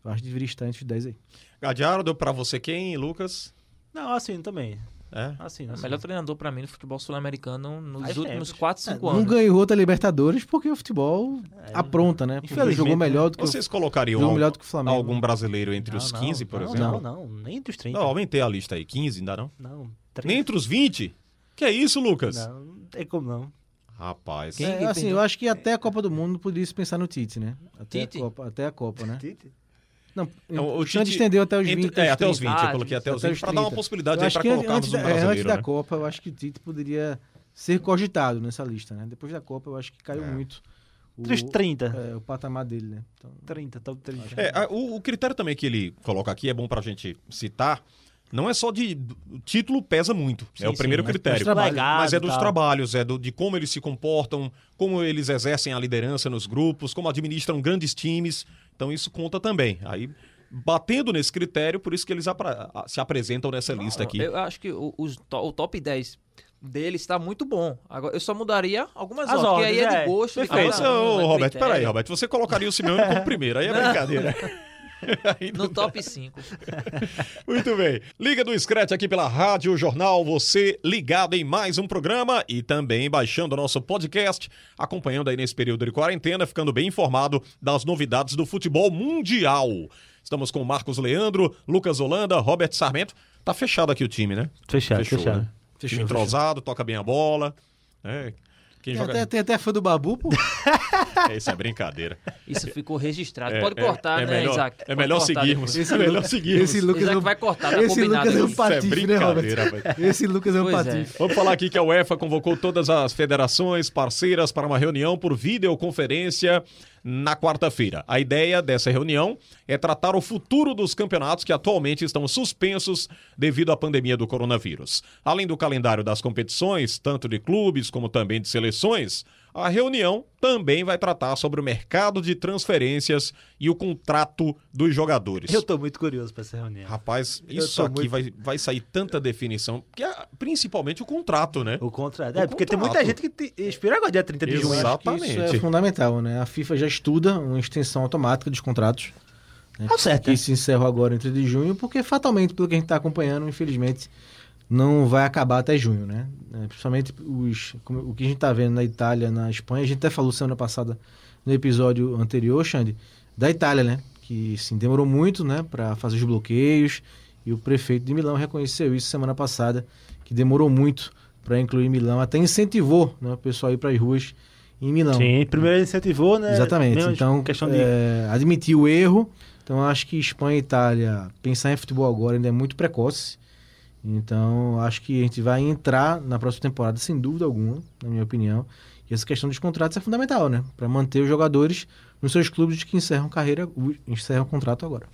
S6: eu acho que deveria estar entre os 10
S7: Tá
S6: aí.
S5: Gadiardo, pra você quem, Lucas?
S7: Não, assim também.
S5: É.
S7: Assim,
S9: o
S7: assim.
S9: melhor treinador pra mim no futebol sul-americano nos
S7: Faz
S9: últimos
S7: tempo.
S9: 4, 5
S6: É, Não
S9: anos.
S6: ganhou outra Libertadores porque o futebol apronta, né? Porque
S7: É. Infelizmente,
S6: jogou melhor do que
S5: Vocês
S6: o,
S5: colocariam
S6: jogou melhor
S5: al-
S6: do que o Flamengo.
S5: algum brasileiro entre os 15, por
S7: não,
S5: exemplo?
S7: Não, não, nem entre os 30.
S5: Não, aumentei a lista aí. 15, ainda não?
S7: Não,
S5: Nem
S7: 30.
S5: entre os 20? Que é isso, Lucas?
S7: Não, não tem como não.
S5: Rapaz.
S9: Quem?
S6: É, assim, eu acho que até a Copa do Mundo poderia se pensar no Tite, né? Até
S9: Tite?
S6: a Copa, até a Copa, né?
S7: Tite?
S6: Não,
S5: o
S6: o, Tite
S5: Tite-
S6: estendeu até os 20.
S5: Entre-
S6: aos
S5: é, até os
S6: 30.
S5: 20.
S9: Ah,
S5: eu coloquei até os
S6: até
S5: 20
S6: os
S5: pra dar uma
S6: 30.
S5: possibilidade
S6: Eu
S5: aí
S6: acho
S5: pra
S6: que
S5: colocarmos um
S6: antes, da- é, antes
S5: brasileiro,
S6: da
S5: né?
S6: Copa, eu acho que o Tite poderia ser cogitado nessa lista, né? Depois da Copa, eu acho que
S5: É.
S6: caiu muito o,
S7: Entre os 30.
S6: é, o patamar dele, né? Então,
S7: 30, top 30.
S5: É, a- o, o critério também que ele coloca aqui é bom pra gente citar. Não é só de. O título pesa muito. é o
S8: sim,
S5: primeiro
S8: mas-
S5: critério.
S8: mas trabalho,
S5: mas é dos
S8: tal.
S5: trabalhos, é do- de como eles se comportam, como eles exercem a liderança nos grupos, como administram grandes times. Então isso conta também. Aí, batendo nesse critério, por isso que eles apra- a- se apresentam nessa lista aqui.
S9: Eu acho que o, os to- o top 10 dele está muito bom. Agora, eu só mudaria algumas
S8: As
S9: horas, porque aí é
S8: ordens,
S9: de
S8: é.
S9: gosto. de
S5: Ah,
S9: cada
S5: você,
S9: um,
S5: ô,
S9: é
S5: Roberto,
S9: critério.
S5: peraí, Roberto, você colocaria o Simeone como primeiro, aí é brincadeira. Aí
S9: No top 5.
S5: Muito bem. Liga do Scratch aqui pela Rádio Jornal. Você ligado em mais um programa e também baixando o nosso podcast, acompanhando aí nesse período de quarentena, ficando bem informado das novidades do futebol mundial. Estamos com Marcos Leandro, Lucas Holanda, Robert Sarmento. Tá fechado aqui o time, né?
S7: ah,
S8: Fechado, Tá fechado.
S5: né? time entrosado, toca bem a bola. É. Quem
S6: tem,
S5: joga.
S6: até, tem até fã do Babu, pô.
S5: É, isso é brincadeira.
S9: Isso ficou registrado.
S5: É,
S9: Pode
S5: é-
S9: cortar,
S5: é
S9: né,
S5: melhor,
S9: Isaac?
S5: É
S9: Pode
S5: melhor
S9: cortar
S5: seguirmos.
S9: depois.
S5: É melhor seguirmos.
S6: Esse Lucas
S9: Isaac
S6: é um-
S9: vai cortar, tá
S6: Esse
S9: combinado
S6: Lucas é um
S9: isso.
S6: patife, né, Robert?
S5: brincadeira, velho.
S6: Esse Lucas é um
S9: Pois é.
S6: patife.
S5: Vamos falar aqui que a UEFA convocou todas as federações parceiras para uma reunião por videoconferência na quarta-feira. A ideia dessa reunião é tratar o futuro dos campeonatos que atualmente estão suspensos devido à pandemia do coronavírus. Além do calendário das competições, tanto de clubes como também de seleções, a reunião também vai tratar sobre o mercado de transferências e o contrato dos jogadores.
S7: Eu tô muito curioso pra essa reunião.
S5: Rapaz,
S7: Eu
S5: isso
S7: tô
S5: aqui
S7: muito-
S5: vai, vai sair tanta definição, que é principalmente o contrato, né?
S7: O contrato.
S5: O
S7: É, porque tem muita
S5: contrato.
S7: gente que te- espera agora dia 30 de
S5: Exato.
S7: junho.
S6: Eu acho que Isso
S5: Exatamente.
S6: é fundamental, né? A FIFA já estuda uma extensão automática dos contratos
S7: Tá certo.
S8: Né?
S6: que se encerram agora entre de junho, porque fatalmente, pelo que a gente está acompanhando, infelizmente, não vai acabar até junho, né? É, Principalmente os, como- o que a gente está vendo na Itália, na Espanha, a gente até falou semana passada no episódio anterior, Xande, da Itália, né? Que sim, demorou muito, né, para fazer os bloqueios e o prefeito de Milão reconheceu isso semana passada, que demorou muito para incluir Milão, até incentivou né, o pessoal a ir para as ruas em Milão.
S7: Sim, primeiro ele incentivou, né?
S6: Exatamente.
S7: Mesmo
S6: então,
S7: questão de.
S6: é, admitir o erro. Então, eu acho que Espanha e Itália, pensar em futebol agora ainda é muito precoce. Então, eu acho que a gente vai entrar na próxima temporada, sem dúvida alguma, na minha opinião. E essa questão dos contratos é fundamental, né? Para manter os jogadores nos seus clubes que encerram carreira, u- encerram o contrato agora.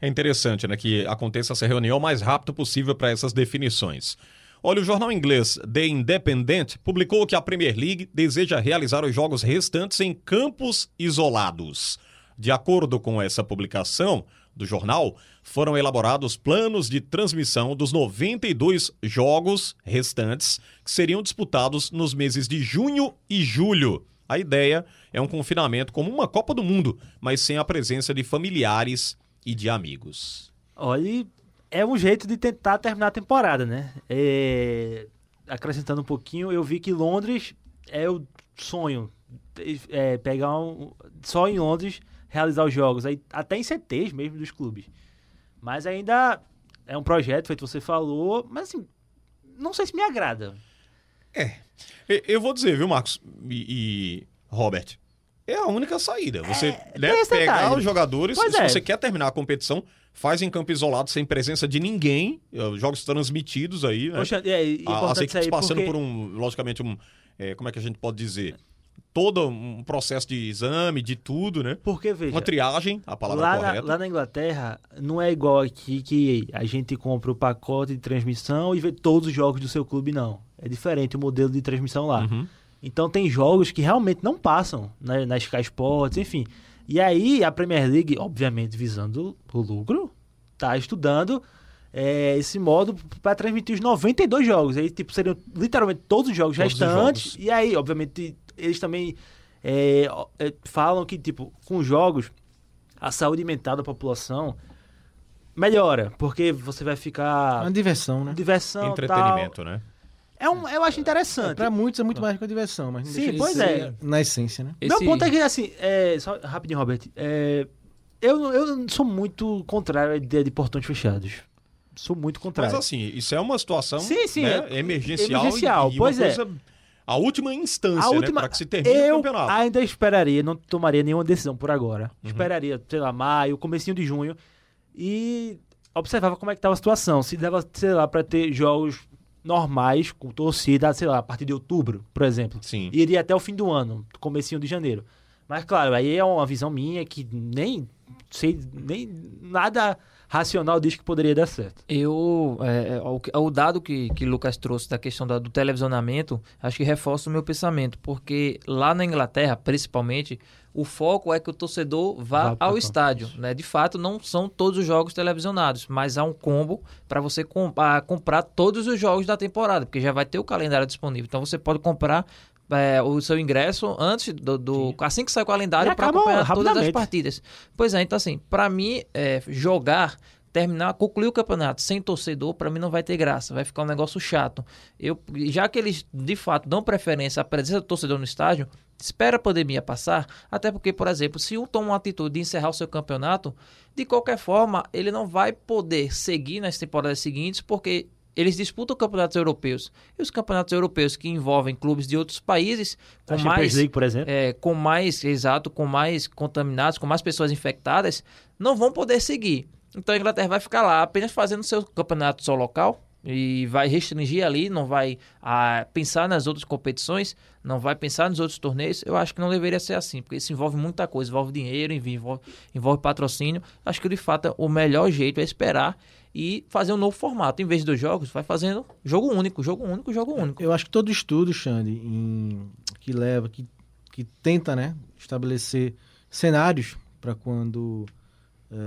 S5: É interessante, né, que aconteça essa reunião o mais rápido possível para essas definições. Olha, o jornal inglês The Independent publicou que a Premier League deseja realizar os jogos restantes em campos isolados. De acordo com essa publicação do jornal, foram elaborados planos de transmissão dos 92 jogos restantes que seriam disputados nos meses de junho e julho A ideia é um confinamento como uma Copa do Mundo, mas sem a presença de familiares e de amigos.
S8: Olha, e é um jeito de tentar terminar a temporada, né? É, Acrescentando um pouquinho, eu vi que Londres é o sonho. É, pegar um... Só em Londres realizar os jogos. Aí, até em CTs mesmo dos clubes. Mas ainda é um projeto, feito você falou, mas assim, não sei se me agrada.
S5: E- Eu vou dizer, viu, Marcos e, e Robert? É a única saída. Você né,
S8: É, tem esse
S5: pegar
S8: detalhe.
S5: os jogadores,
S8: Pois
S5: se
S8: é.
S5: você quer terminar a competição, faz em campo isolado, sem presença de ninguém, eh, jogos transmitidos aí, né?
S8: Poxa, é
S5: A- as
S8: importante isso
S5: equipes
S8: aí,
S5: passando
S8: porque...
S5: por um, logicamente, um, eh, como é que a gente pode dizer? Todo um processo de exame, de tudo, né?
S8: Porque, veja,
S5: Uma triagem, a palavra
S8: lá, na,
S5: correta.
S8: lá na Inglaterra, não é igual aqui que a gente compra o pacote de transmissão e vê todos os jogos do seu clube, não. É diferente o modelo de transmissão
S5: Uhum.
S8: lá. Então tem jogos que realmente não passam né, na, na Sky Sports, enfim. E aí a Premier League, obviamente visando o lucro, tá estudando é, esse modo para transmitir os 92 jogos. Aí tipo, seriam literalmente todos os jogos
S5: Todos os
S8: restantes.
S5: jogos.
S8: E aí, obviamente, eles também é, ó, é, falam que tipo, com os jogos a saúde mental da população melhora, porque você vai
S6: É
S8: ficar
S6: uma diversão, né?
S8: diversão,
S5: Entretenimento, né?
S8: Tal. É um, eu acho interessante.
S6: Pra muitos é muito mais que uma diversão, mas não
S8: Sim,
S6: deixa de
S8: pois
S6: ser
S8: é.
S6: na essência, né?
S9: Esse-
S8: Meu ponto é que, assim, é, só rapidinho, Robert. É, eu, não- eu não sou muito contrário à ideia de portões fechados. Sou muito
S5: Mas
S8: contrário.
S5: assim, isso é uma situação
S8: Sim, sim,
S5: né,
S8: é-
S5: emergencial,
S8: emergencial,
S5: e, e
S8: pois
S5: uma
S8: é.
S5: coisa, a última instância,
S8: a última,
S5: né, para que se termine
S8: eu
S5: o campeonato. Uhum.
S8: ainda esperaria, não tomaria nenhuma decisão por agora. Esperaria, sei lá, maio, comecinho de junho e observava como é que estava a situação. Se dava, sei lá, para ter jogos normais com torcida, sei lá, a partir de outubro, por exemplo.
S5: Sim.
S8: E iria até o fim do ano, comecinho de janeiro. Mas claro, aí é uma visão minha que nem sei, nem nada racional diz que poderia dar certo.
S9: Eu, é, é, o, que- o dado que, que o Lucas trouxe da questão da- do televisionamento, acho que reforça o meu pensamento, porque lá na Inglaterra, principalmente, o foco é que o torcedor vá
S8: Vá pra
S9: ao
S8: campo.
S9: estádio. Né? De fato, não são todos os jogos televisionados, mas há um combo para você com- ah, comprar todos os jogos da temporada, porque já vai ter o calendário disponível. Então você pode comprar é, o seu ingresso antes do, do- assim que sai o calendário
S8: E
S9: para
S8: acaba
S9: acompanhar todas as
S8: rapidamente.
S9: partidas. Pois é, então assim, para mim é, jogar terminar, concluir o campeonato sem torcedor, pra mim não vai ter graça, vai ficar um negócio chato. Eu, já que eles de fato dão preferência à presença do torcedor no estádio, espera a pandemia passar, até porque, por exemplo, se um toma uma atitude de encerrar o seu campeonato, de qualquer forma, ele não vai poder seguir nas temporadas seguintes, porque eles disputam campeonatos europeus. E os campeonatos europeus que envolvem clubes de outros países, com
S8: A Champions
S9: mais
S8: League, por exemplo.
S9: é, com mais, exato, com mais contaminados, com mais pessoas infectadas, não vão poder seguir. Então a Inglaterra vai ficar lá apenas fazendo seu campeonato só local e vai restringir ali, não vai ah, pensar nas outras competições, não vai pensar nos outros torneios. Eu acho que não deveria ser assim, porque isso envolve muita coisa, envolve dinheiro, enfim, envolve, envolve patrocínio. Acho que de fato o melhor jeito é esperar e fazer um novo formato. Em vez dos jogos, vai fazendo jogo único, jogo único, jogo único.
S6: Eu acho que todo estudo, Xande, em- que leva, que, que tenta né, estabelecer cenários para quando.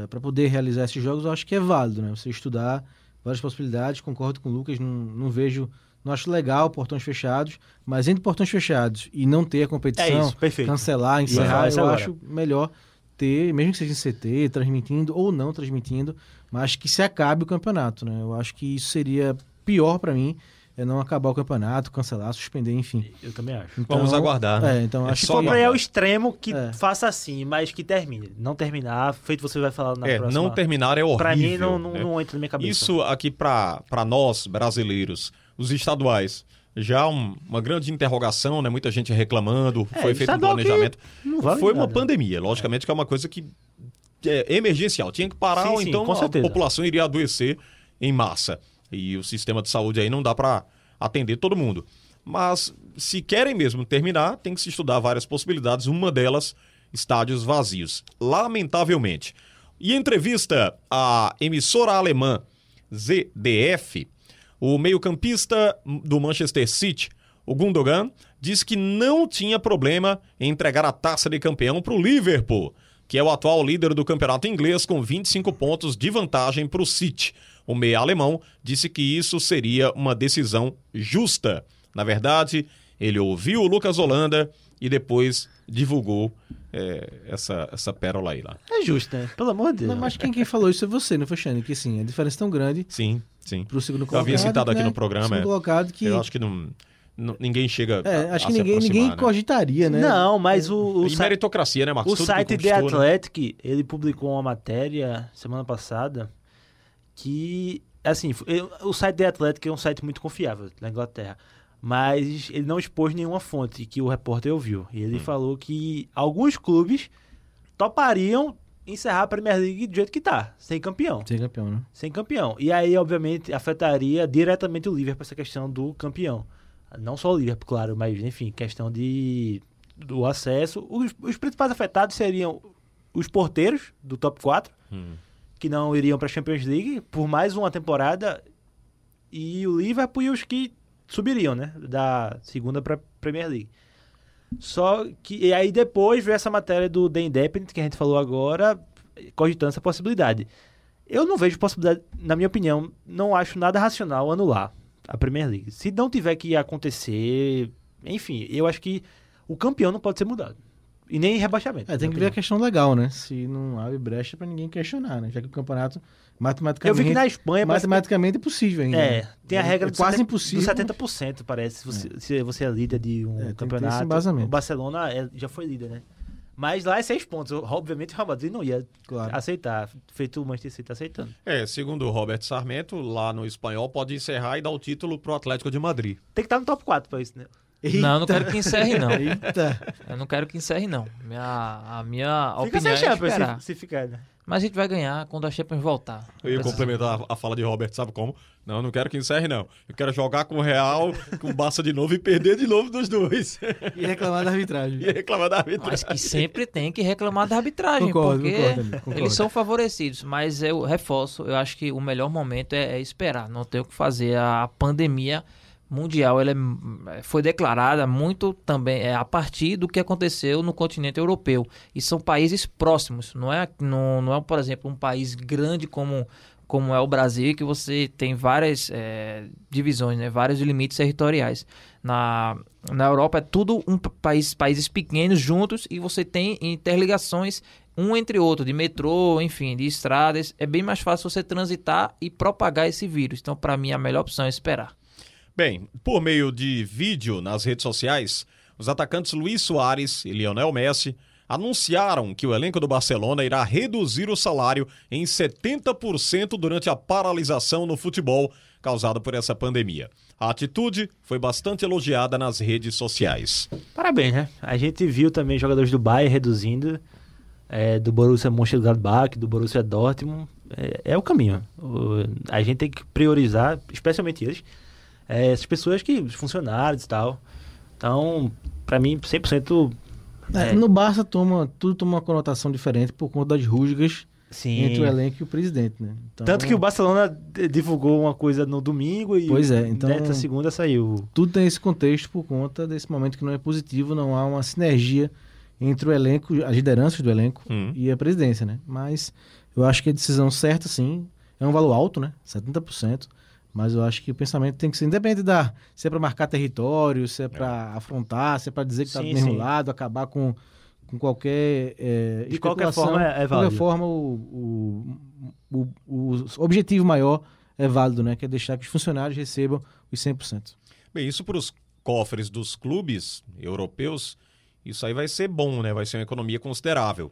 S6: para poder realizar esses jogos, eu acho que é válido, né? Você estudar várias possibilidades, concordo com o Lucas, não, não vejo. Não acho legal portões fechados, mas entre portões fechados e não ter a competição,
S8: É isso, perfeito.
S6: cancelar,
S8: falar
S6: encerrar,
S8: isso
S6: eu
S8: agora.
S6: acho melhor ter, mesmo que seja em CT, transmitindo ou não transmitindo, mas que se acabe o campeonato, né? Eu acho que isso seria pior para mim, é não acabar o campeonato, cancelar, suspender, enfim.
S8: é, Eu também acho.
S6: Então,
S5: Vamos aguardar, né?
S6: É, então
S5: É
S6: acho
S5: só
S6: que
S8: Compra é o extremo que
S6: É.
S8: faça assim, mas que termine. Não terminar, feito você vai falar na
S5: É,
S8: próxima.
S5: não terminar é horrível.
S8: Pra mim não, não,
S5: né?
S8: não entra na minha cabeça.
S5: Isso aqui pra pra nós brasileiros, os estaduais, já um- uma grande interrogação, né? Muita gente reclamando,
S8: É,
S5: foi feito um
S8: estadual que
S5: planejamento.
S8: não vale
S5: foi uma
S8: nada. né?
S5: pandemia, logicamente que é uma coisa que é emergencial, tinha que parar,
S8: Sim,
S5: ou
S8: sim,
S5: então
S8: com
S5: a
S8: certeza.
S5: população iria adoecer em massa. E o sistema de saúde aí não dá pra atender todo mundo. Mas se querem mesmo terminar, tem que se estudar várias possibilidades, uma delas estádios vazios, lamentavelmente. E em entrevista à emissora alemã ZDF, o meio-campista do Manchester City, o Gundogan, disse que não tinha problema em entregar a taça de campeão para o Liverpool, que é o atual líder do campeonato inglês com 25 pontos de vantagem para o City. O meia alemão disse que isso seria uma decisão justa. Na verdade, ele ouviu o Lucas Holanda e depois divulgou é, essa, essa pérola aí lá.
S7: É justo, né? Pelo amor de Deus.
S6: Não, mas quem, quem falou isso é você, não foi, Xande? Que sim, a diferença é tão grande
S5: Sim, sim.
S6: pro segundo
S5: Eu
S6: colocado.
S5: havia citado aqui
S6: né?
S5: no programa,
S6: Segundo
S5: é.
S6: colocado que.
S5: Eu acho que não, não- ninguém chega
S6: É,
S5: a,
S6: acho
S5: a
S6: que
S5: se
S6: ninguém, ninguém
S5: aproximar, né?
S6: cogitaria, né?
S8: Não, mas o, o,
S5: E
S8: sa-
S5: meritocracia, né, Marcos?
S8: o
S5: Tudo que
S8: site The
S5: conquistou, né?
S8: Athletic, ele publicou uma matéria semana passada que, assim, f- eu- o site The Athletic é um site muito confiável na Inglaterra, mas ele não expôs nenhuma fonte que o repórter ouviu. E
S5: Hum.
S8: ele falou que alguns clubes topariam encerrar a Premier League do jeito que tá, sem campeão.
S6: Ser campeão, né?
S8: Sem campeão. E aí, obviamente, afetaria diretamente o Liverpool essa questão do campeão. Não só o Liverpool, claro, mas enfim, questão de do acesso. Os, os principais afetados seriam os porteiros do top 4, que não iriam para a Champions League por mais uma temporada, e o Liverpool e os que subiriam, né, da segunda para Premier League. Só que e aí depois veio essa matéria do The Independent que a gente falou agora, cogitando essa possibilidade. Eu não vejo possibilidade, na minha opinião, não acho nada racional anular a Premier League. Se não tiver que acontecer, enfim, eu acho que o campeão não pode ser mudado. E nem rebaixamento.
S6: É, tem que ver a questão legal, né? Se não abre brecha pra ninguém questionar, né? Já que o campeonato
S8: Eu
S6: matematicamente.
S8: vi que na Espanha parece que-
S6: matematicamente é possível ainda.
S8: É,
S6: né?
S8: tem a regra
S6: é
S8: do
S6: quase
S8: 70
S6: impossível.
S8: do 70%, parece, se você, se você é líder de
S6: É, tem
S8: um
S6: que ter esse
S8: campeonato.
S6: embasamento.
S8: O Barcelona é- já foi líder, né? Mas lá é seis pontos. Obviamente o Real Madrid não ia
S6: Claro.
S8: aceitar, feito o Manchester City tá aceitando.
S5: É, segundo o Robert Sarmento, lá no espanhol pode encerrar e dar o título pro Atlético de Madrid.
S8: Tem que estar no top 4 pra isso, né?
S9: Não, eu não quero que encerre, não.
S6: Eita.
S9: Eu não quero que encerre, não. Minha, a minha
S8: Fica
S9: opinião
S8: sem
S9: é
S8: Champions
S9: esperar.
S8: se, se ficar, né?
S9: Mas a gente vai ganhar quando a Champions voltar.
S5: Eu ia
S9: Precisa-
S5: complementar a fala de Robert, sabe como? Não, não quero que encerre, não. Eu quero jogar com o Real, com o Barça de novo e perder de novo dos dois.
S6: E reclamar da arbitragem.
S8: É.
S5: e reclamar da
S9: Mas
S5: arbitragem.
S9: que sempre tem que reclamar da arbitragem,
S6: Concordo,
S9: porque
S6: concordo, amigo, concordo.
S9: eles são favorecidos. Mas eu reforço, eu acho que o melhor momento é, é esperar, não tem o que fazer. A, a pandemia mundial ela é- foi declarada muito também é, a partir do que aconteceu no continente europeu. E são países próximos, não é, não, não é por exemplo, um país grande como como é o Brasil, que você tem várias eh, divisões, né? vários limites territoriais. Na, na Europa é tudo um pa- país, países pequenos juntos e você tem interligações um entre outro, de metrô, enfim, de estradas. É bem mais fácil você transitar e propagar esse vírus. Então, para mim, a melhor opção é esperar.
S5: Bem, por meio de vídeo nas redes sociais, os atacantes Luiz Soares e Lionel Messi anunciaram que o elenco do Barcelona irá reduzir o salário em 70% durante a paralisação no futebol causada por essa pandemia. A atitude foi bastante elogiada nas redes sociais.
S8: Parabéns, né? A gente viu também jogadores do Bayern reduzindo, é, do Borussia Mönchengladbach, do Borussia Dortmund. É, é o caminho. O- a gente tem que priorizar, especialmente eles, é, essas pessoas que, os funcionários e tal. Então, pra mim, 100%
S6: É,
S8: É.
S6: No Barça toma, tudo toma uma conotação diferente por conta das rusgas
S8: sim.
S6: entre o elenco e o presidente, né? Então,
S8: Tanto que o Barcelona d- divulgou uma coisa no domingo e
S6: Pois é, então-
S8: nessa segunda saiu.
S6: tudo tem esse contexto por conta desse momento que não é positivo, não há uma sinergia entre o elenco, as lideranças do elenco
S8: Uhum.
S5: Hum.
S6: e a presidência, né? Mas eu acho que a decisão certa, sim, é um valor alto, né? 70%. Mas eu acho que o pensamento tem que ser, independente da. Se é para marcar território, se é para afrontar, se é para dizer que está do
S8: Sim,
S6: mesmo
S8: sim.
S6: lado, acabar com, com qualquer. É,
S8: De qualquer
S6: especulação.
S8: forma, é- é
S6: De
S8: válido.
S6: qualquer forma, o, o, o, o objetivo maior é válido, né? Que é deixar que os funcionários recebam os 100%.
S5: Bem, isso para os cofres dos clubes europeus, isso aí vai ser bom, né? Vai ser uma economia considerável.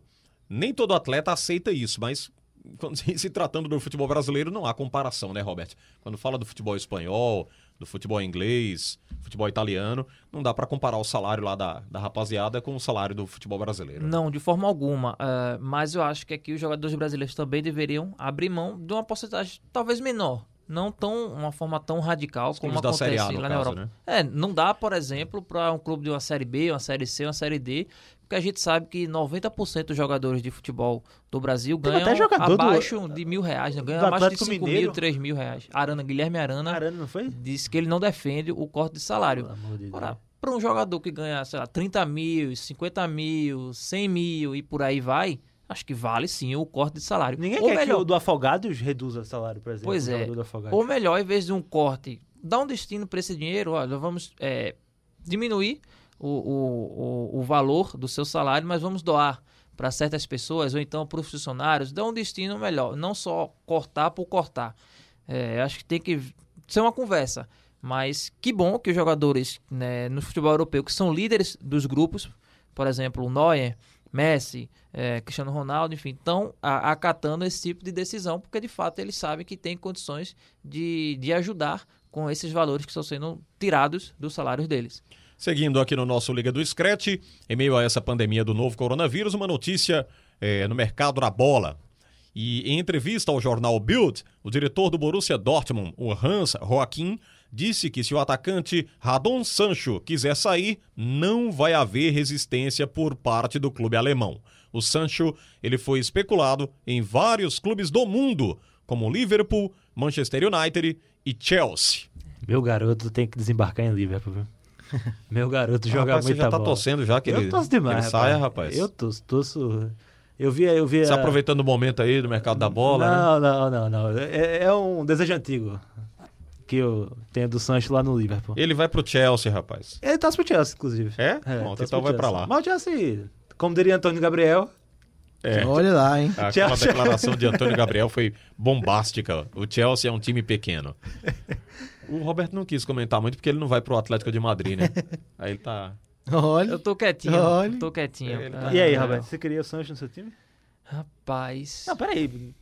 S5: Nem todo atleta aceita isso, mas quando se se tratando do futebol brasileiro, não há comparação, né, Robert? Quando fala do futebol espanhol, do futebol inglês, futebol italiano, não dá para comparar o salário lá da, da rapaziada com o salário do futebol brasileiro.
S9: Não, de forma alguma. Ah, mas eu acho que aqui os jogadores brasileiros também deveriam abrir mão de uma porcentagem talvez menor. Não tão uma forma tão radical como
S5: clubes da
S9: acontece
S5: Série A, no
S9: lá na
S5: caso,
S9: Europa.
S8: né?
S9: É, não dá, por exemplo, para um clube de uma Série B, uma Série C, uma Série D, porque a gente sabe que 90% dos jogadores de futebol do Brasil
S8: Tem
S9: ganham
S8: até jogador do-
S9: abaixo de mil reais, né? ganham
S8: do
S9: abaixo de
S8: Atlético
S9: 5
S8: Mineiro.
S9: mil, 3 mil reais. Arana, Guilherme Arana,
S8: Arana, não foi?
S9: disse que ele não defende o corte de salário.
S8: amor de Deus.
S9: Agora, para um jogador que ganha, sei lá, 30 mil, 50 mil, 100 mil e por aí vai, acho que vale sim o corte de salário.
S8: Ninguém
S9: Ou
S8: quer
S9: melhor,
S8: que o do Afogados reduza o salário, por exemplo.
S9: Pois
S8: o
S9: é.
S8: jogador Do Afogados.
S9: Ou melhor, em vez de um corte, dá um destino para esse dinheiro, olha, vamos é, diminuir o, o, o, o valor do seu salário, mas vamos doar para certas pessoas ou então para os funcionários, dar um destino melhor, não só cortar por cortar. É, acho que tem que ser uma conversa. Mas que bom que os jogadores né, no futebol europeu, que são líderes dos grupos, por exemplo, o Neuer, Messi, eh, Cristiano Ronaldo, enfim, estão a- acatando esse tipo de decisão, porque de fato eles sabem que têm condições de, de ajudar com esses valores que estão sendo tirados dos salários deles.
S5: Seguindo aqui no nosso Liga do Scratch, em meio a essa pandemia do novo coronavírus, uma notícia eh, no mercado da bola. E em entrevista ao jornal Bild, o diretor do Borussia Dortmund, o Hans Joachim, disse que se o atacante Radon Sancho quiser sair, não vai haver resistência por parte do clube alemão. O Sancho, ele foi especulado em vários clubes do mundo, como Liverpool, Manchester United e Chelsea.
S8: Meu garoto tem que desembarcar em Liverpool, viu? Meu garoto joga
S5: rapaz,
S8: muita
S5: você já tá
S8: bola.
S5: torcendo já que ele,
S8: eu torço
S5: que ele
S8: demais,
S5: saia, rapaz.
S8: Eu torço, torço. Eu via, eu via...
S5: Você aproveitando o momento aí do mercado da bola, né?
S8: Não, não, não, não. É, é um desejo antigo que eu tenho do Sancho lá no Liverpool.
S5: Ele vai pro Chelsea, rapaz.
S8: Ele torce pro Chelsea, inclusive.
S5: É? Pronto,
S8: torce
S5: então
S8: pro
S5: vai pra
S8: Chelsea.
S5: lá.
S8: Mas o Chelsea, como diria Antônio Gabriel,
S5: É.
S6: Olha lá,
S8: Ah.
S6: hein?
S5: Aquela
S8: Chelsea.
S5: declaração de Antônio Gabriel foi bombástica. O Chelsea é um time pequeno. O Roberto não quis comentar muito porque ele não vai pro Atlético de Madrid, né? Aí ele tá.
S9: Eu
S6: Olha.
S9: tô quietinho,
S6: Olha.
S9: eu tô quietinho.
S5: Ele tá-
S8: E aí,
S9: Ah,
S8: Roberto, você queria o Sancho no seu time?
S9: Rapaz,
S8: é, Não, peraí.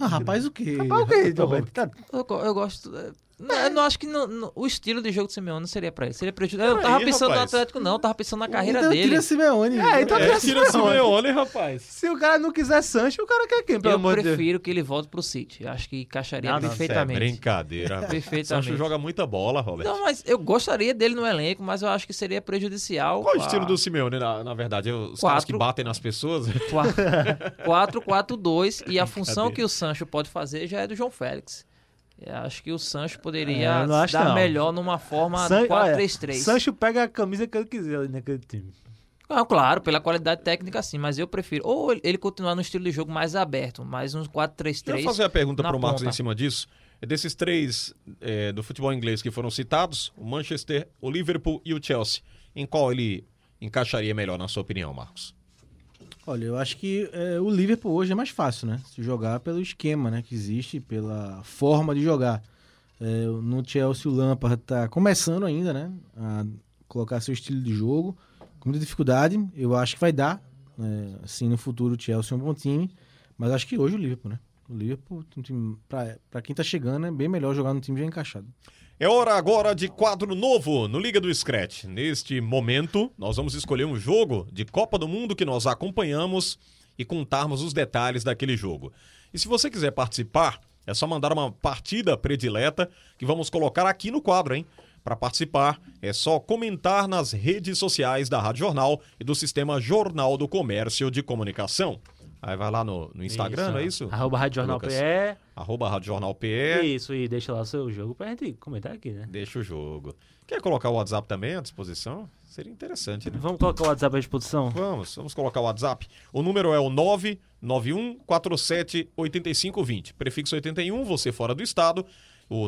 S6: Ah, rapaz, o quê? Então,
S8: Mas o que, Roberto? Tá-
S9: eu, go- eu gosto... é, não, eu não acho que não- não- o estilo de jogo do Simeone não seria pra ele. Seria pra ele. Eu não
S5: Peraí,
S9: tava pensando
S5: rapaz.
S9: no Atlético, não. Eu tava pensando na carreira
S6: Então,
S9: dele.
S6: Tira Simeone.
S8: É, então
S5: É,
S6: tá
S5: tira esse Leone, rapaz.
S8: Se o cara não quiser Sancho, o cara quer quem, pelo
S9: Eu
S8: amor de Deus?
S9: prefiro que ele volte pro City. Eu Acho que encaixaria
S8: Não, não,
S5: Isso é
S9: perfeitamente.
S5: brincadeira, rapaz.
S9: Perfeitamente.
S5: Sancho joga muita bola, Roberto.
S9: Não, mas eu gostaria dele no elenco, mas eu acho que seria prejudicial.
S5: Qual o
S9: a-
S5: estilo do Simeone, na, na verdade? Os caras
S9: Quatro.
S5: que batem nas pessoas?
S9: qua- 4-4-2 e a função que o Sancho pode fazer já é do João Félix. Eu acho que o Sancho
S8: É,
S9: poderia
S8: eu não acho
S9: dar
S8: não.
S9: melhor numa forma
S8: San- olha,
S9: 4-3-3.
S8: Sancho pega a camisa que ele quiser ali naquele time.
S9: Ah, claro, pela qualidade técnica sim, mas eu prefiro ou ele- ele continuar no estilo de jogo mais aberto, mais uns
S5: Deixa
S9: 4-3-3.
S5: eu fazer a pergunta
S9: na
S5: para o Marcos
S9: ponta.
S5: em cima disso. É Desses três é, do futebol inglês que foram citados, o Manchester, o Liverpool e o Chelsea, em qual ele encaixaria melhor, na sua opinião, Marcos?
S6: Olha, eu acho que é, o Liverpool hoje é mais fácil, né? Se jogar pelo esquema né, que existe, pela forma de jogar. É, no Chelsea, o Lampard tá começando ainda, né? A colocar seu estilo de jogo com muita dificuldade. Eu acho que vai dar. né, assim, no futuro, o Chelsea é um bom time. Mas acho que hoje o Liverpool, né? O Liverpool, um time, pra, pra quem tá chegando, é bem melhor jogar no time já encaixado.
S5: É hora agora de quadro novo no Liga do Scratch. Neste momento, nós vamos escolher um jogo de Copa do Mundo que nós acompanhamos e contarmos os detalhes daquele jogo. E se você quiser participar, é só mandar uma partida predileta que vamos colocar aqui no quadro, hein? Para participar, é só comentar nas redes sociais da Rádio Jornal e do Sistema Jornal do Comércio de Comunicação. Aí vai lá no, no Instagram, não é isso?
S8: Arroba Rádio Jornal
S5: Lucas?
S8: PE.
S5: Arroba Rádio Jornal PE.
S8: Isso, e deixa lá o seu jogo pra gente comentar aqui, né?
S5: Deixa o jogo. Quer colocar o WhatsApp também à disposição? Seria interessante, né?
S8: Vamos colocar o WhatsApp à disposição?
S5: Vamos, vamos colocar o WhatsApp. O número é o 991478520. Prefixo 81, você fora do estado. O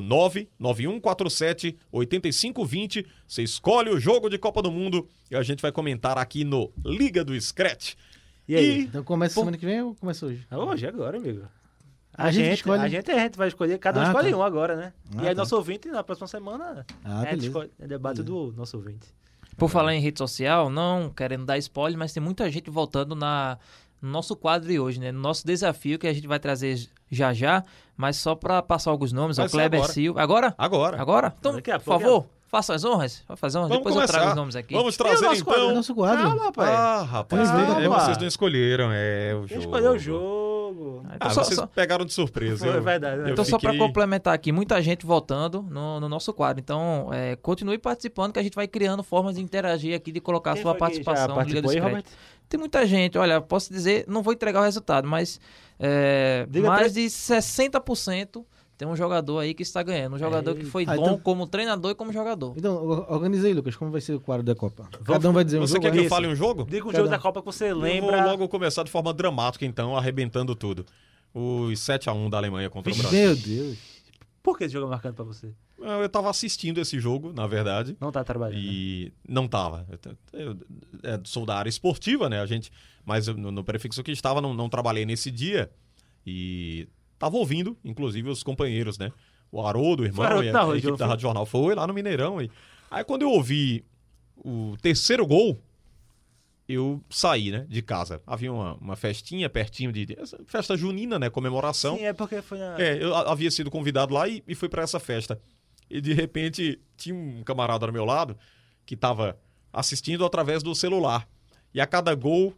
S5: 991478520. Você escolhe o jogo de Copa do Mundo e a gente vai comentar aqui no Liga do Scratch.
S8: E aí?
S6: Então começa semana que vem ou começa hoje?
S8: Ah, Hoje, agora, amigo.
S6: A gente escolhe.
S8: A gente, a gente vai escolher, cada um
S6: Ah,
S8: escolhe
S6: tá.
S8: um agora, né?
S6: Ah,
S8: e aí,
S6: tá.
S8: nosso ouvinte, na próxima semana,
S6: Ah,
S8: a gente
S6: beleza.
S8: escolhe, é debate do nosso ouvinte.
S9: Por falar em rede social, não querendo dar spoiler, mas tem muita gente voltando na no nosso quadro de hoje, né? No nosso desafio que a gente vai trazer já já, mas só pra passar alguns nomes,
S5: Vai
S9: o
S5: ser
S9: Kleber
S5: agora.
S9: Silva. Agora?
S5: Agora.
S9: Agora? Então,
S8: Daqui a
S9: por
S8: pouco é-
S9: favor, faça as honras. Vai fazer honras,
S5: Vamos
S9: depois
S5: começar.
S9: eu trago os nomes aqui.
S5: Vamos
S8: E o
S5: trazer
S8: nosso quadro?
S6: É o
S5: então.
S6: nosso quadro.
S8: Calma, rapaz.
S5: Ah, rapaz,
S8: Calma.
S5: é, vocês não escolheram, é o
S8: Quem
S5: jogo.
S8: escolheu o jogo.
S9: Ah, então
S5: Ah,
S9: só-
S5: vocês
S9: só-
S5: pegaram de surpresa.
S8: Foi
S5: eu-
S8: verdade, né?
S5: eu
S9: Então, só para
S5: fiquei-
S9: complementar aqui, muita gente voltando no, no nosso quadro. Então, é, continue participando, que a gente vai criando formas de interagir aqui, de colocar a
S8: Quem
S9: sua
S8: foi que já
S9: participação no Liga
S8: participou
S9: do
S8: aí,
S9: Scratch.
S8: Robert?
S9: Tem muita gente, olha, posso dizer, não vou entregar o resultado, mas é,
S8: Diga
S9: mais de 60% tem um jogador aí que está ganhando. Um jogador que foi
S6: Ah,
S9: bom
S6: então-
S9: como treinador e como jogador.
S6: Então, o- organiza aí, Lucas, como vai ser o quadro da Copa. Cada um vai dizer um
S5: Você
S6: jogo.
S5: quer que eu
S6: Isso.
S5: fale um jogo?
S8: Diga um
S6: Cada
S8: jogo
S6: um.
S8: da Copa que você
S5: Eu
S8: lembra.
S5: vou logo começar de forma dramática, então, arrebentando tudo. Os 7x1 da Alemanha um contra o Brasil.
S6: Meu Deus.
S8: Por que esse jogo é marcante pra você?
S5: Eu tava assistindo esse jogo, na verdade.
S8: Não tá trabalhando. né?
S5: E não tava. Eu, t- eu, é, sou da área esportiva, né? A gente, mas eu, no, no prefixo que estava, não, não trabalhei nesse dia. E tava ouvindo, inclusive, os companheiros, né? O Haroldo, o irmão,
S8: Foi Haroldo
S5: e a,
S8: na
S5: a
S8: Rádio
S5: equipe da
S8: Jornal,
S5: Rádio Jornal foi lá no Mineirão. E... Aí quando eu ouvi o terceiro gol, eu saí, né? De casa. Havia uma, uma festinha pertinho de. de- essa Festa junina, né? Comemoração.
S8: Sim, é porque foi na.
S5: É, eu a- havia sido convidado lá e, e fui pra essa festa. E de repente tinha um camarada ao meu lado que tava assistindo através do celular. E a cada gol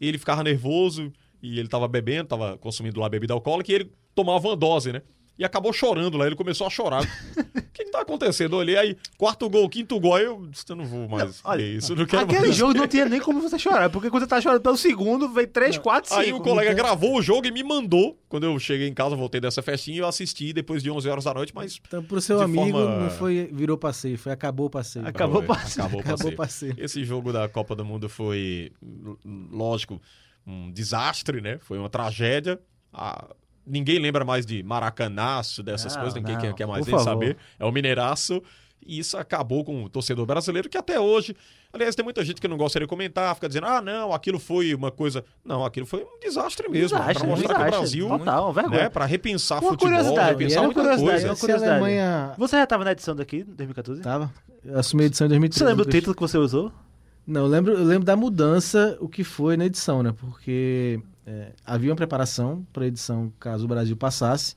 S5: ele ficava nervoso e ele tava bebendo, tava consumindo lá bebida alcoólica e ele tomava uma dose, né? E acabou chorando lá, ele começou a chorar. O que, que tá acontecendo? Eu olhei aí, quarto gol, quinto gol, aí eu disse, eu não vou mais
S7: Olha,
S5: ver isso, eu não quero
S7: Aquele
S5: mais.
S7: jogo não tinha nem como você chorar, porque quando você tá chorando pelo segundo, vem 3, 4, 5.
S5: Aí o colega
S7: então.
S5: gravou o jogo e me mandou. Quando eu cheguei em casa, voltei dessa festinha, eu assisti depois de 11 horas da noite, mas
S6: Então, pro seu
S5: De
S6: amigo,
S5: forma-
S6: não foi virou passeio, foi acabou o passeio.
S7: Acabou o
S5: Foi,
S7: passeio.
S5: Acabou o
S6: Acabou
S5: passeio.
S6: o passeio.
S5: Esse jogo da Copa do Mundo foi, l- lógico, um desastre, né? Foi uma tragédia. Ah, ninguém lembra mais de maracanaço, dessas
S8: Não,
S5: coisas, ninguém
S8: não,
S5: quer, quer mais
S7: Ah, por
S5: nem
S7: favor.
S5: saber. É o Mineiraço. E isso acabou com o torcedor brasileiro, que até hoje. Aliás, tem muita gente que não gostaria de comentar, fica dizendo, ah, não, aquilo foi uma coisa. Não, aquilo foi um desastre mesmo. pra mostrar que o Brasil.
S8: Total, vergonha.
S5: Né, pra repensar
S7: Uma
S5: futebol,
S7: curiosidade,
S5: repensar
S7: era
S5: muita
S7: curiosidade,
S5: coisa.
S7: é uma
S6: Se a
S7: curiosidade.
S6: Alemanha
S8: Você já tava na edição daqui, em 2014?
S6: tava, eu assumi a edição em 2013.
S8: Você lembra o
S6: Lucas.
S8: título que você usou?
S6: Não, eu lembro, eu lembro da mudança, o que foi na edição, né? Porque é, havia uma preparação para edição caso o Brasil passasse.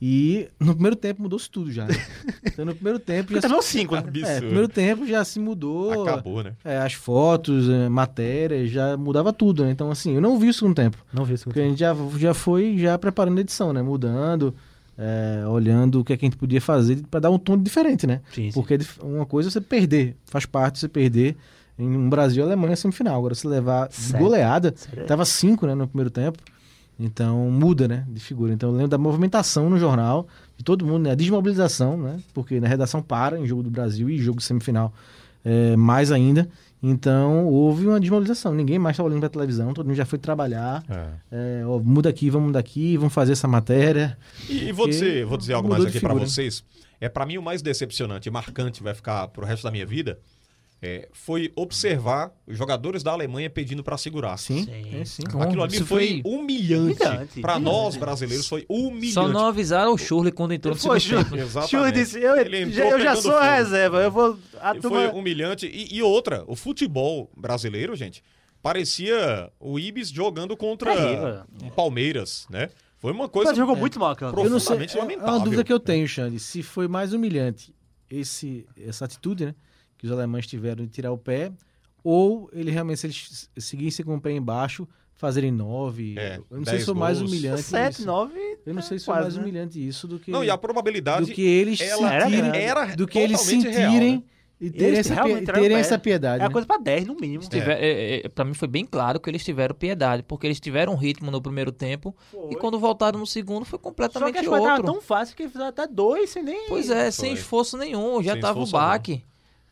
S6: E no primeiro tempo mudou-se tudo já. né? Então, no primeiro tempo
S7: Porque
S6: já se,
S7: também é o 5, né?
S6: é,
S5: Absurdo.
S6: primeiro tempo já se mudou
S5: Tá Acabou, né?
S6: é, as fotos, é, matérias, já mudava tudo, né? Então, assim, eu não vi o segundo tempo.
S8: Não vi esse
S6: Porque a gente já, já foi já preparando a edição, né? Mudando, é, olhando o que, é que a gente podia fazer para dar um tom diferente, né?
S8: Sim, sim.
S6: Porque é dif- uma coisa é você perder, faz parte você perder em um Brasil e Alemanha semifinal. Agora, se levar de
S8: Sério?
S6: goleada,
S8: Sério?
S6: tava 5 né, no primeiro tempo. Então muda, né, de figura. Então eu lembro da movimentação no jornal, de todo mundo, né, a desmobilização, né, porque na redação para em jogo do Brasil e jogo de semifinal é, mais ainda. Então houve uma desmobilização. Ninguém mais estava olhando para televisão, todo mundo já foi trabalhar. É, ó, muda aqui, vamos mudar aqui, vamos fazer essa matéria.
S5: E, e vou,
S6: Porque
S5: dizer, vou dizer algo
S6: mudou
S5: mais
S6: de
S5: aqui pra
S6: figura.
S5: vocês. É para mim o mais decepcionante e marcante vai ficar pro resto da minha vida. é, foi observar os jogadores da Alemanha pedindo pra segurar.
S6: Sim,
S8: Sim.
S6: é, sim.
S5: Aquilo ali
S9: Isso
S5: foi,
S9: foi
S5: humilhante.
S8: humilhante,
S5: Pra
S8: humilhante.
S5: nós brasileiros foi humilhante.
S9: Só não avisaram o Schurrle quando entrou no
S7: Foi,
S9: segundo
S7: Ju.
S9: tempo.
S5: Exatamente.
S7: Ju disse, eu,
S5: Ele entrou
S7: já, eu já
S5: pegando
S7: sou
S5: fogo.
S7: a reserva, eu vou. A
S5: E
S7: turma-
S5: Foi humilhante. E, e outra, o futebol brasileiro, gente, parecia o Ibis jogando
S8: Terrível.
S5: contra um Palmeiras, né? Foi uma
S8: Você
S5: coisa.
S8: jogou muito mal aquela
S5: Prof-
S6: Eu não sei,
S5: profundamente
S6: é- É
S5: lamentável.
S6: uma dúvida que eu tenho, Xande. Se foi mais humilhante esse, essa atitude, né? Que os alemães tiveram de tirar o pé, ou ele realmente, se eles seguissem com o pé embaixo, fazerem nove.
S5: É,
S6: eu não sei
S5: dez
S6: se foi mais
S5: gols.
S6: humilhante.
S8: 7,
S6: É isso.
S8: 9.
S6: Eu não sei se foi
S8: quase,
S6: mais
S8: né?
S6: humilhante isso do que,
S5: Não, e a
S6: do
S5: probabilidade
S6: que eles
S5: ela era
S6: sentirem.
S5: grande. Era
S6: do que eles
S5: totalmente
S6: sentirem
S5: real, né?
S6: e terem,
S8: Eles
S6: essa,
S8: realmente
S6: pie-
S8: tiraram o
S6: terem
S8: pé.
S6: essa piedade.
S8: É uma
S6: né?
S8: coisa pra 10 no mínimo.
S9: Tiver, é, é, pra mim foi bem claro que eles tiveram piedade, porque eles tiveram um ritmo no primeiro tempo e quando voltaram no segundo foi
S8: Só então que
S9: completamente
S8: as coisas
S9: outro.
S8: estavam tão fácil que fizeram até 2 sem nem.
S9: Pois é, sem
S5: Foi.
S9: esforço nenhum, já
S5: Sem
S9: tava o
S5: esforço nenhum.
S9: baque.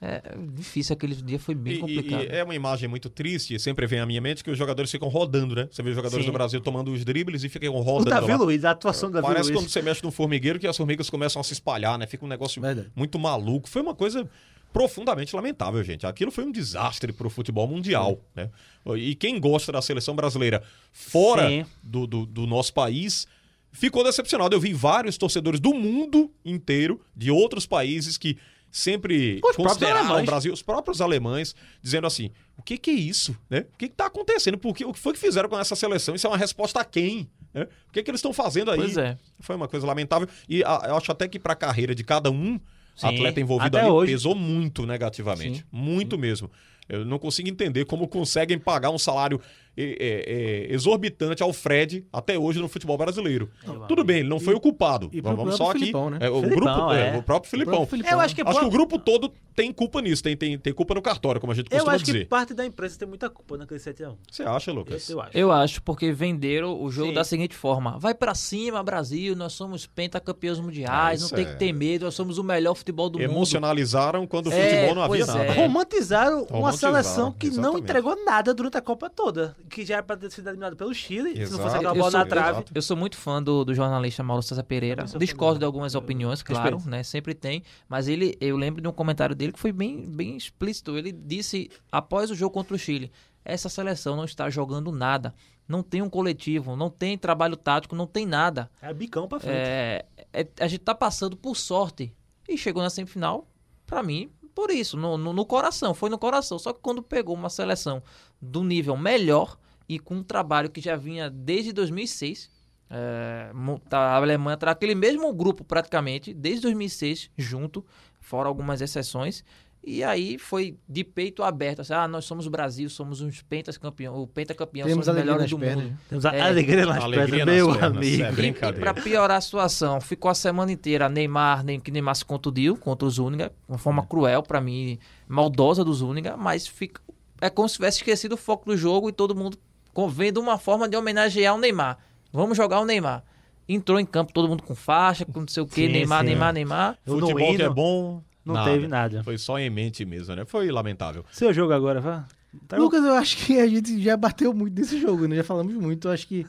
S9: É difícil aquele dia, foi bem
S5: E- e-
S9: complicado.
S5: e é uma imagem muito triste, sempre vem à minha mente, que os jogadores ficam rodando, né? Você vê os jogadores
S8: Sim.
S5: do Brasil tomando os dribles e ficam
S8: O
S5: rodando.
S8: Davi
S5: tá lá.
S8: Tá,
S5: É,
S8: Luiz, a atuação do Davi
S5: Parece
S8: Luiz.
S5: quando você mexe num formigueiro que as formigas começam a se espalhar, né? Fica um negócio
S6: Verdade.
S5: muito maluco. Foi uma coisa profundamente lamentável, gente. Aquilo foi um desastre pro futebol mundial, né? E quem gosta da seleção brasileira fora
S8: Sim.
S5: do, do- do nosso país ficou decepcionado. Eu vi vários torcedores do mundo inteiro, de outros países que sempre
S8: Os próprios
S5: consideraram o
S8: alemães.
S5: Brasil, os próprios alemães, dizendo assim, o que que é isso? Né? O que que tá acontecendo? Por que, o que foi que fizeram com essa seleção? Isso é uma resposta a quem? Né? O que que eles estão fazendo aí?
S9: Pois é.
S5: Foi uma coisa lamentável. E a- eu acho até que para a carreira de cada um,
S8: Sim,
S5: atleta envolvido
S8: até
S5: ali,
S8: hoje. Hum.
S5: pesou muito negativamente. Muito mesmo. Eu não consigo entender como conseguem pagar um salário eh, eh, eh, exorbitante ao Fred até hoje no futebol brasileiro. Tudo bem, ele não foi o culpado.
S6: e pro
S5: Vamos
S6: próprio
S5: só aqui.
S6: Filipão, né?
S5: É, o,
S8: Filipão,
S5: grupo, é,
S8: é.
S5: o próprio Filipão.
S6: próprio Filipão.
S8: Eu acho que é
S5: um- Acho que
S8: bo-
S5: o grupo todo tem culpa nisso, tem, tem, tem culpa no cartório, como a gente
S8: Eu
S5: costuma
S8: acho que
S5: dizer.
S8: parte da imprensa tem muita culpa naquele 7x1.
S5: Você acha,
S8: Esse
S5: Lucas?
S8: eu acho.
S9: Eu acho, porque venderam o jogo
S8: Sim.
S9: da seguinte forma: vai pra cima, Brasil, nós somos pentacampeões mundiais,
S5: Ah, isso
S9: não tem
S5: é.
S9: que ter medo, nós somos o melhor futebol do mundo.
S5: Emocionalizaram quando o
S9: É,
S5: futebol não havia
S9: pois
S5: nada.
S9: é.
S5: né?
S8: Romantizaram uma
S5: Romantizaram,
S8: seleção que não
S5: exatamente.
S8: entregou nada durante a Copa toda. que já era pra ter sido eliminado pelo Chile, se não
S5: Exato.
S8: fosse aquela
S9: Eu
S8: bola
S9: sou-
S8: na trave.
S5: exato.
S9: Eu sou muito fã do, do jornalista Mauro César Pereira. Discordo de algumas opiniões, claro, né? Sempre tem. Mas ele, eu lembro de um comentário dele que foi bem, bem explícito. Ele disse, após o jogo contra o Chile, essa seleção não está jogando nada. Não tem um coletivo, não tem trabalho tático, não tem nada.
S8: É bicão pra frente.
S9: É, é- a gente tá passando por sorte. E chegou na semifinal, pra mim, por isso, no, no- no coração, foi no coração. Só que quando pegou uma seleção do nível melhor e com um trabalho que já vinha desde 2006, é, mo- tá- a Alemanha tá aquele mesmo grupo praticamente, desde 2006, junto, fora algumas exceções. E aí foi de peito aberto, assim, ah, nós somos o Brasil, somos uns pentas campeão, o pentacampeão,
S6: Temos
S9: somos os
S6: alegria
S9: melhores
S6: nas
S9: do
S6: pernas.
S9: mundo.
S8: Temos a
S9: É.
S8: alegria nas
S5: Alegria nas
S8: pedras, meu
S5: pernas,
S8: amigo.
S5: é
S9: E pra
S5: brincadeira.
S9: piorar a situação, ficou a semana inteira Neymar, nem que Neymar se contundiu contra o Zúñiga, uma
S5: É.
S9: forma cruel pra mim, maldosa do Zúñiga, mas fica, é como se tivesse esquecido o foco do jogo e todo mundo com- vendo uma forma de homenagear o Neymar. Vamos jogar o Neymar. Entrou em campo todo mundo com faixa, com não sei o quê,
S8: Sim,
S9: Neymar,
S8: sim.
S9: Neymar, Neymar.
S8: Eu não
S5: Futebol que é
S8: hino,
S5: bom.
S8: Não teve nada.
S5: Foi só em mente mesmo, né? Foi lamentável.
S8: Seu jogo agora, vá. Tá
S6: Lucas, eu acho que a gente já bateu muito nesse jogo, né? Já falamos muito. Eu acho que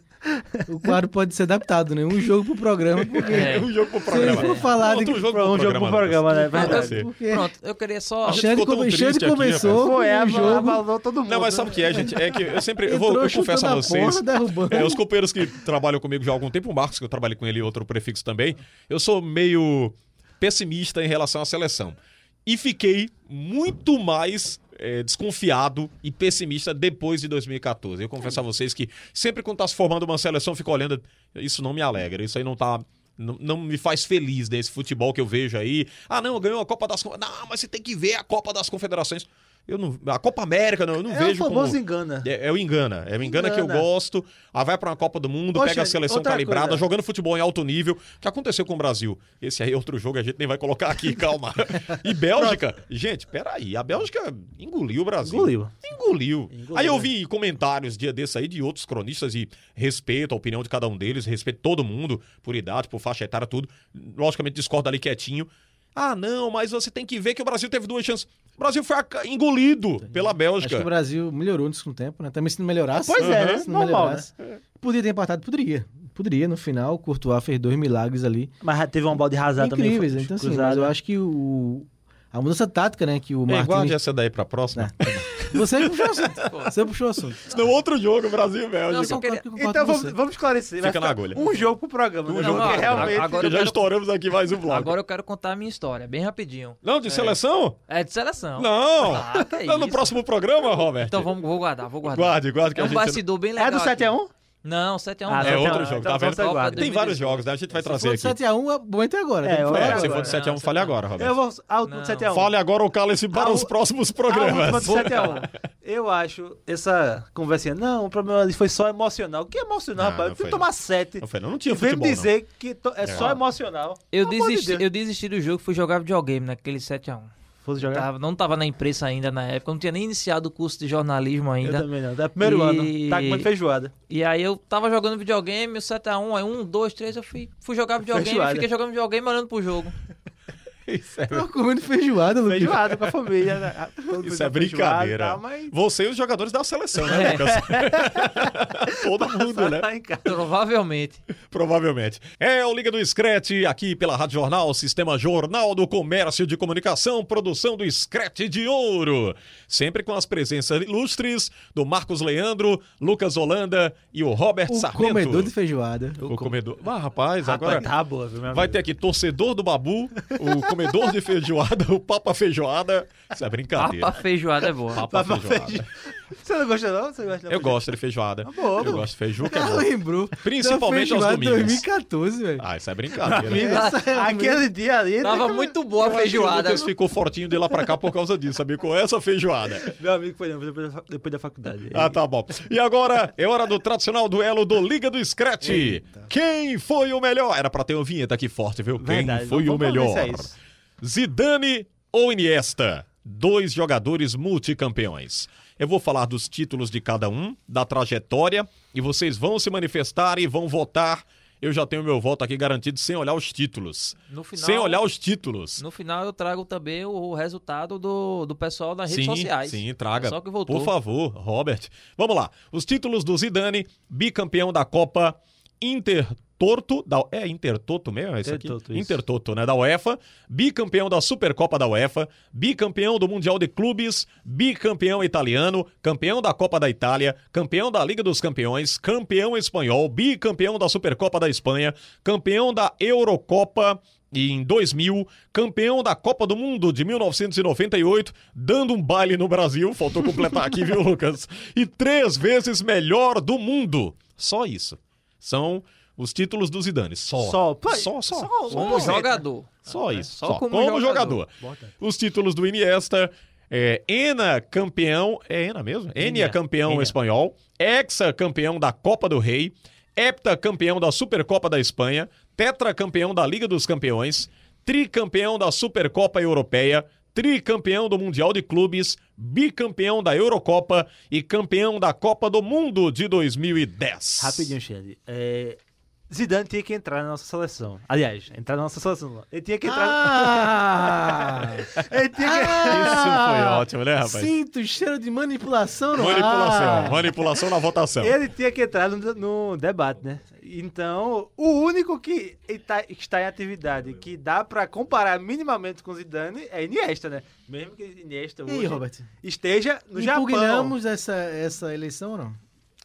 S6: o quadro pode ser adaptado, né? Um jogo pro programa, porque
S9: É.
S5: Um jogo pro
S6: se
S5: programa.
S6: for falar de
S5: Outro jogo
S8: bom.
S5: pro
S8: um jogo pro programa, né?
S5: Lucas.
S8: Verdade.
S5: Vai ser.
S6: porque
S9: É. Pronto, eu queria só.
S6: o
S5: gente
S6: Xande,
S5: ficou tão
S6: come... Xande
S5: triste aqui, né,
S6: começou
S7: Foi,
S8: é
S6: com um
S7: abalou,
S6: jogo,
S7: abalou todo mundo.
S5: Não, mas sabe o que é, gente? É que eu sempre. é, Eu, vou,
S6: entrou
S5: eu
S6: chutando
S5: confesso a vocês.
S6: porra, derrubando.
S5: É, os companheiros que trabalham comigo já há algum tempo, o Marcos, que eu trabalhei com ele, outro prefixo também, eu sou meio pessimista em relação à seleção. E fiquei muito mais é, desconfiado e pessimista depois de 2014. Eu confesso a vocês que sempre quando tá se formando uma seleção, eu fico olhando, isso não me alegra, isso aí não tá. Não, não me faz feliz desse futebol que eu vejo aí. Ah, não, ganhou a Copa das Confederações. Não, mas você tem que ver a Copa das Confederações. Eu não, a Copa América, não, eu não
S7: É o
S5: vejo
S7: famoso
S5: como...
S7: engana.
S5: É, é o engana. É o engana,
S7: Engana.
S5: que eu gosto. Ah, vai pra uma Copa do Mundo,
S7: Poxa,
S5: pega a seleção
S7: outra
S5: calibrada,
S7: coisa.
S5: jogando futebol em alto nível. O que aconteceu com o Brasil? Esse aí é outro jogo, a gente nem vai colocar aqui, calma. E Bélgica? gente, peraí. A Bélgica engoliu o Brasil.
S8: Engoliu.
S5: Engoliu.
S8: Engoliu.
S7: né?
S5: Aí eu vi comentários dia desse aí de outros cronistas e respeito a opinião de cada um deles, respeito todo mundo, por idade, por faixa etária, tudo. Logicamente discordo ali quietinho. Ah, não, mas você tem que ver que o Brasil teve duas chances. O Brasil foi aca- engolido pela
S6: Acho que
S5: Bélgica.
S6: o Brasil melhorou nisso com o tempo, né? Também se não melhorasse.
S7: Pois é, né?
S6: se não
S7: Normal,
S6: melhorasse. Podia ter empatado, poderia. Poderia, no final, o Courtois fez dois milagres ali.
S8: Mas já teve um balde rasado também.
S6: incríveis,
S8: foi
S6: então assim,
S8: cruzado.
S6: mas eu acho que o... A mudança tática, né, que o
S5: né? É, guarde
S6: Martins...
S5: essa daí pra próxima.
S6: Você que puxou o assunto. Você puxou o assunto.
S5: No outro jogo, Brasil e
S9: Não,
S5: Bélgica.
S9: só queria.
S7: Então vamos, vamos esclarecer. vai
S5: Fica na
S7: ficar
S5: agulha.
S7: Um jogo pro programa.
S5: Um
S7: né?
S5: jogo
S7: Porque
S5: pro programa.
S7: realmente.
S9: Agora
S5: Porque
S9: eu
S5: já
S9: quero-
S5: estouramos aqui mais um bloco.
S9: Agora eu quero contar a minha história, bem rapidinho.
S5: Não, de seleção?
S9: É de seleção.
S5: Não.
S9: Ah, que
S5: Não, no
S9: isso.
S5: próximo programa, Robert.
S9: Então vamos, vou guardar, vou guardar.
S5: Guarde, guarde que
S9: é
S5: a
S9: um
S5: gente...
S9: bastidor bem legal.
S7: É do 7x1?
S9: Não, 7x1
S8: Ah,
S9: não.
S5: É
S8: Então,
S5: outro jogo,
S8: então
S5: tá vendo?
S8: você guarda.
S5: Tem vários jogos, né? A gente vai
S6: Se for
S5: trazer
S6: de
S5: aqui.
S6: 7x1, bom até agora.
S8: É,
S6: Tem que
S8: eu-
S9: então
S5: É,
S6: falar agora.
S5: se for de 7x1, fale agora, Robert.
S7: Eu vou. A última do
S9: Não. Ah,
S7: 7x1.
S5: Fale agora ou cala-se para
S7: A
S5: os
S7: u-
S5: próximos
S7: A última
S5: programas.
S7: do 7x1. Eu acho essa conversinha. Não, o problema ali foi só emocional. O que é emocional,
S5: Não,
S7: rapaz?
S5: não
S7: Eu fui
S5: foi,
S7: tomar 7.
S5: Não, foi, não, não tinha
S7: Vem me
S5: futebol, não.
S7: dizer que to- é só emocional.
S9: Eu,
S7: Pelo amor de
S9: desisti,
S7: Deus.
S9: eu desisti do jogo, fui jogar videogame né, naquele 7x1.
S8: Fosse jogar.
S7: Tá,
S9: Tava- não tava na imprensa ainda na época, não tinha nem iniciado o curso de jornalismo
S8: Eu
S7: tá.
S9: ainda.
S8: também não. É primeiro
S9: E-
S8: ano. Tá comendo feijoada.
S9: E aí eu tava jogando videogame, o 7x1, aí 1, 2, 3, eu fui, fui
S5: É
S9: jogar videogame,
S8: Feijoada.
S9: fiquei jogando videogame olhando pro jogo.
S6: Tô comendo feijoada, Lucas.
S8: Feijoada com a família. né? Todo
S5: Isso
S8: mundo
S5: é
S8: com feijoada e
S5: brincadeira.
S8: tal, mas-
S5: Você e os jogadores da seleção,
S9: É.
S5: né, Lucas? Todo mundo, né?
S8: Tá em casa.
S9: Provavelmente.
S5: Provavelmente. É o Liga do Screte, aqui pela Rádio Jornal, Sistema Jornal do Comércio de Comunicação, produção do Screte de Ouro. Sempre com as presenças ilustres do Marcos Leandro, Lucas Holanda e o Robert
S6: O
S5: Sarmento.
S6: comedor de feijoada.
S5: O comedor. Ah, rapaz, agora
S8: Rapaz, tá boa, viu, meu
S5: vai
S8: amigo?
S5: ter aqui torcedor do Babu, o comedor de feijoada, o Papa Feijoada. Isso é brincadeira.
S9: Papa feijoada é boa.
S5: Papa, feijoada.
S7: Você não gosta, não? Você gosta, não?
S5: Eu gosto de feijoada. eu gosto de feijuca. é
S8: Tá
S6: Ela lembrou.
S5: Principalmente
S6: da
S5: aos
S6: feijoada
S5: domingos.
S6: 2014, velho.
S5: Ah, isso é
S8: Tá
S5: brincadeira.
S8: é
S7: Aquele dia ali.
S9: Tava muito boa a
S5: O
S9: feijoada.
S5: Lucas ficou fortinho de lá pra cá por causa disso, sabia? Com essa feijoada.
S8: Meu amigo foi depois da, depois da faculdade.
S5: Ah, tá bom. E agora é hora do tradicional duelo do Liga do Scratch. Quem foi o melhor? Era pra ter uma vinheta aqui forte, viu?
S8: É Verdade,
S5: Quem foi o
S8: vamos- vamos
S5: melhor?
S8: ver se é isso.
S5: Zidane ou Iniesta? Dois jogadores multicampeões. Eu vou falar dos títulos de cada um, da trajetória, e vocês vão se manifestar e vão votar eu já tenho meu voto aqui garantido sem olhar os títulos.
S9: No final-
S5: sem olhar os títulos.
S9: No final eu trago também o, o resultado do, do pessoal das
S5: sim,
S9: redes sociais.
S5: Sim, traga.
S9: Só que voltou.
S5: Por favor, Robert. Vamos lá. Os títulos do Zidane, bicampeão da Copa Intertoto. Da, é Intertoto mesmo? É isso aqui?
S8: Intertoto, isso.
S5: Intertoto, né? Da UEFA. Bicampeão da Supercopa da UEFA. Bicampeão do Mundial de Clubes. Bicampeão italiano. Campeão da Copa da Itália. Campeão da Liga dos Campeões. Campeão espanhol. Bicampeão da Supercopa da Espanha. Campeão da Eurocopa e em 2000, campeão da Copa do Mundo de 1998, dando um baile no Brasil, faltou completar aqui, viu, Lucas? E três vezes melhor do mundo. Só isso. São os títulos do Zidane. Só.
S8: Só. Pô,
S5: só, só.
S8: só
S5: Só
S9: Como
S5: isso.
S9: jogador.
S5: Só isso.
S9: Só
S5: Só,
S9: como
S5: como,
S9: jogador.
S5: jogador. Os títulos do Iniesta. É, Ena campeão. É Ena mesmo? Enia campeão
S10: Enia.
S5: espanhol. Hexa campeão da Copa do Rei. Hepta campeão da Supercopa da Espanha. Tetra campeão da Liga dos Campeões. Tricampeão da Supercopa Europeia. Tricampeão do Mundial de Clubes. Bicampeão da Eurocopa. E campeão da Copa do Mundo de 2010.
S10: Rapidinho, Xande. É,
S8: Zidane tinha que entrar na nossa seleção. Aliás, entrar na nossa seleção. não. Ele tinha que entrar.
S6: Ah!
S8: Ele tinha que...
S5: Isso foi
S6: Ah,
S5: ótimo, né, rapaz?
S6: Sinto cheiro de manipulação no
S5: Manipulação.
S8: Ah.
S6: ar.
S5: Manipulação na votação.
S8: Ele tinha que entrar no, no debate, né? Então, o único que está, que está em atividade que dá pra comparar minimamente com Zidane é Iniesta, né? Mesmo que Iniesta
S6: E
S8: hoje
S6: aí, Robert?
S8: esteja no Japão.
S6: Impugamos essa, essa eleição ou não?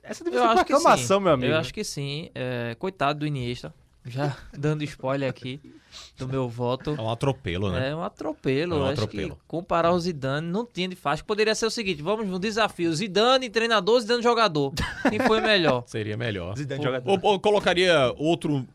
S8: Essa
S9: Eu
S8: devia ser
S9: acho que
S8: proclamação,
S9: sim.
S8: meu amigo.
S9: Eu acho que sim. É, coitado do Iniesta. Já dando spoiler aqui do meu voto.
S5: É um atropelo, né?
S9: É um atropelo.
S5: É um
S9: Eu acho
S5: atropelo.
S9: que comparar o Zidane não tinha de fácil. Poderia ser o seguinte: vamos no desafio. Zidane, treinador, Zidane, jogador. Quem foi melhor?
S5: Seria melhor.
S8: Zidane
S5: Ou-
S8: jogador.
S5: Ou, ou colocaria outro,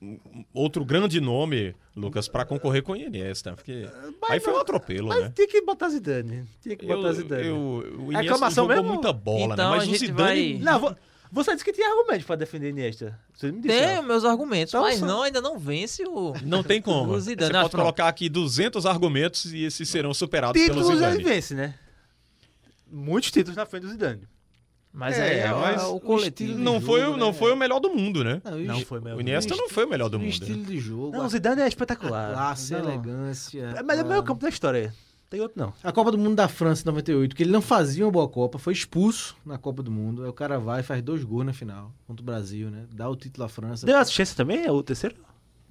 S5: outro grande nome, Lucas, pra concorrer com o Iniesta, porque aí foi um atropelo,
S8: Mas
S5: né?
S8: tinha que botar Zidane. Tinha que
S5: Eu,
S8: botar Zidane.
S5: eu, o Iniesta
S8: É aclamação
S5: jogou
S8: mesmo?
S5: muita bola,
S9: né? Então,
S5: né?
S9: a
S5: Mas o
S9: gente
S5: Zidane...
S9: vai-
S8: Não, vo- você disse que tinha argumento pra defender Iniesta. Você me disse.
S9: Tem um
S8: ó.
S9: os meus argumentos,
S8: Então,
S9: mas
S8: só-
S9: não, ainda não vence o.
S5: Não tem como.
S9: O Zidane,
S5: Você
S9: acho
S5: pode
S9: que não.
S5: colocar aqui 200 argumentos e esses serão superados pelo
S8: Títulos ele
S5: Zidane.
S8: vence, né? Muitos títulos na frente do Zidane.
S9: Mas
S5: É,
S9: aí é, o-
S5: mas
S9: o
S5: o
S9: coletivo.
S5: Não foi, o- não foi o melhor do mundo, né?
S9: Ah,
S6: e
S8: Não
S6: est-
S8: foi melhor
S5: O
S8: do
S5: Iniesta
S8: mundo. né?
S5: não foi o melhor do
S6: e o
S5: mundo. né?
S6: estilo de jogo,
S8: Não, o
S6: a
S8: Zidane é espetacular.
S6: classe, a
S8: Não.
S6: elegância.
S8: É, Mas é o
S6: a-
S8: melhor campo da história. Tem outro não.
S6: A Copa do Mundo da França em 98, que ele não fazia uma boa Copa, foi expulso na Copa do Mundo. Aí o cara vai e faz dois gols na final contra o Brasil, né? Dá o título à França.
S8: Deu assistência também? É o terceiro?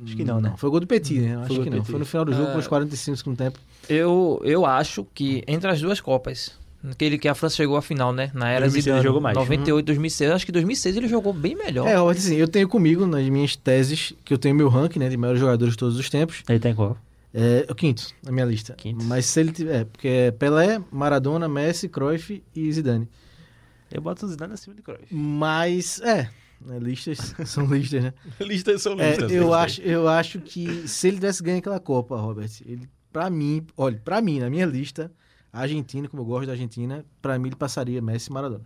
S8: Acho que não, né?
S6: Foi o gol do Petit, né? Acho
S8: gol
S6: que
S8: do
S6: não.
S8: Petit. É.
S6: Foi no final do jogo, com os 45 segundos tempo.
S9: Eu, eu acho que entre as duas Copas, aquele que a França chegou à final, né? Na era
S8: 2006
S9: Zidane,
S8: ele jogou mais.
S9: 98, 2006. Acho que 2006 ele jogou bem
S8: Então.
S9: melhor.
S6: É, Robert, assim, eu tenho comigo, nas minhas teses, que eu tenho meu ranking, né? De maiores jogadores de todos os tempos.
S10: ele tá em qual?
S6: É, o quinto na minha lista.
S10: Quinto.
S6: Mas se ele tiver. É, porque é Pelé, Maradona, Messi, Cruyff e Zidane.
S8: Eu boto o Zidane acima de Cruyff.
S6: Mas, é. né, listas são listas, né?
S5: Listas são
S6: É,
S5: listas.
S6: eu,
S5: gostei.
S6: acho, eu acho que se ele tivesse ganho aquela Copa, Robert, ele, pra mim, olha, pra mim, na minha lista, a Argentina, como eu gosto da Argentina, pra mim ele passaria Messi e Maradona.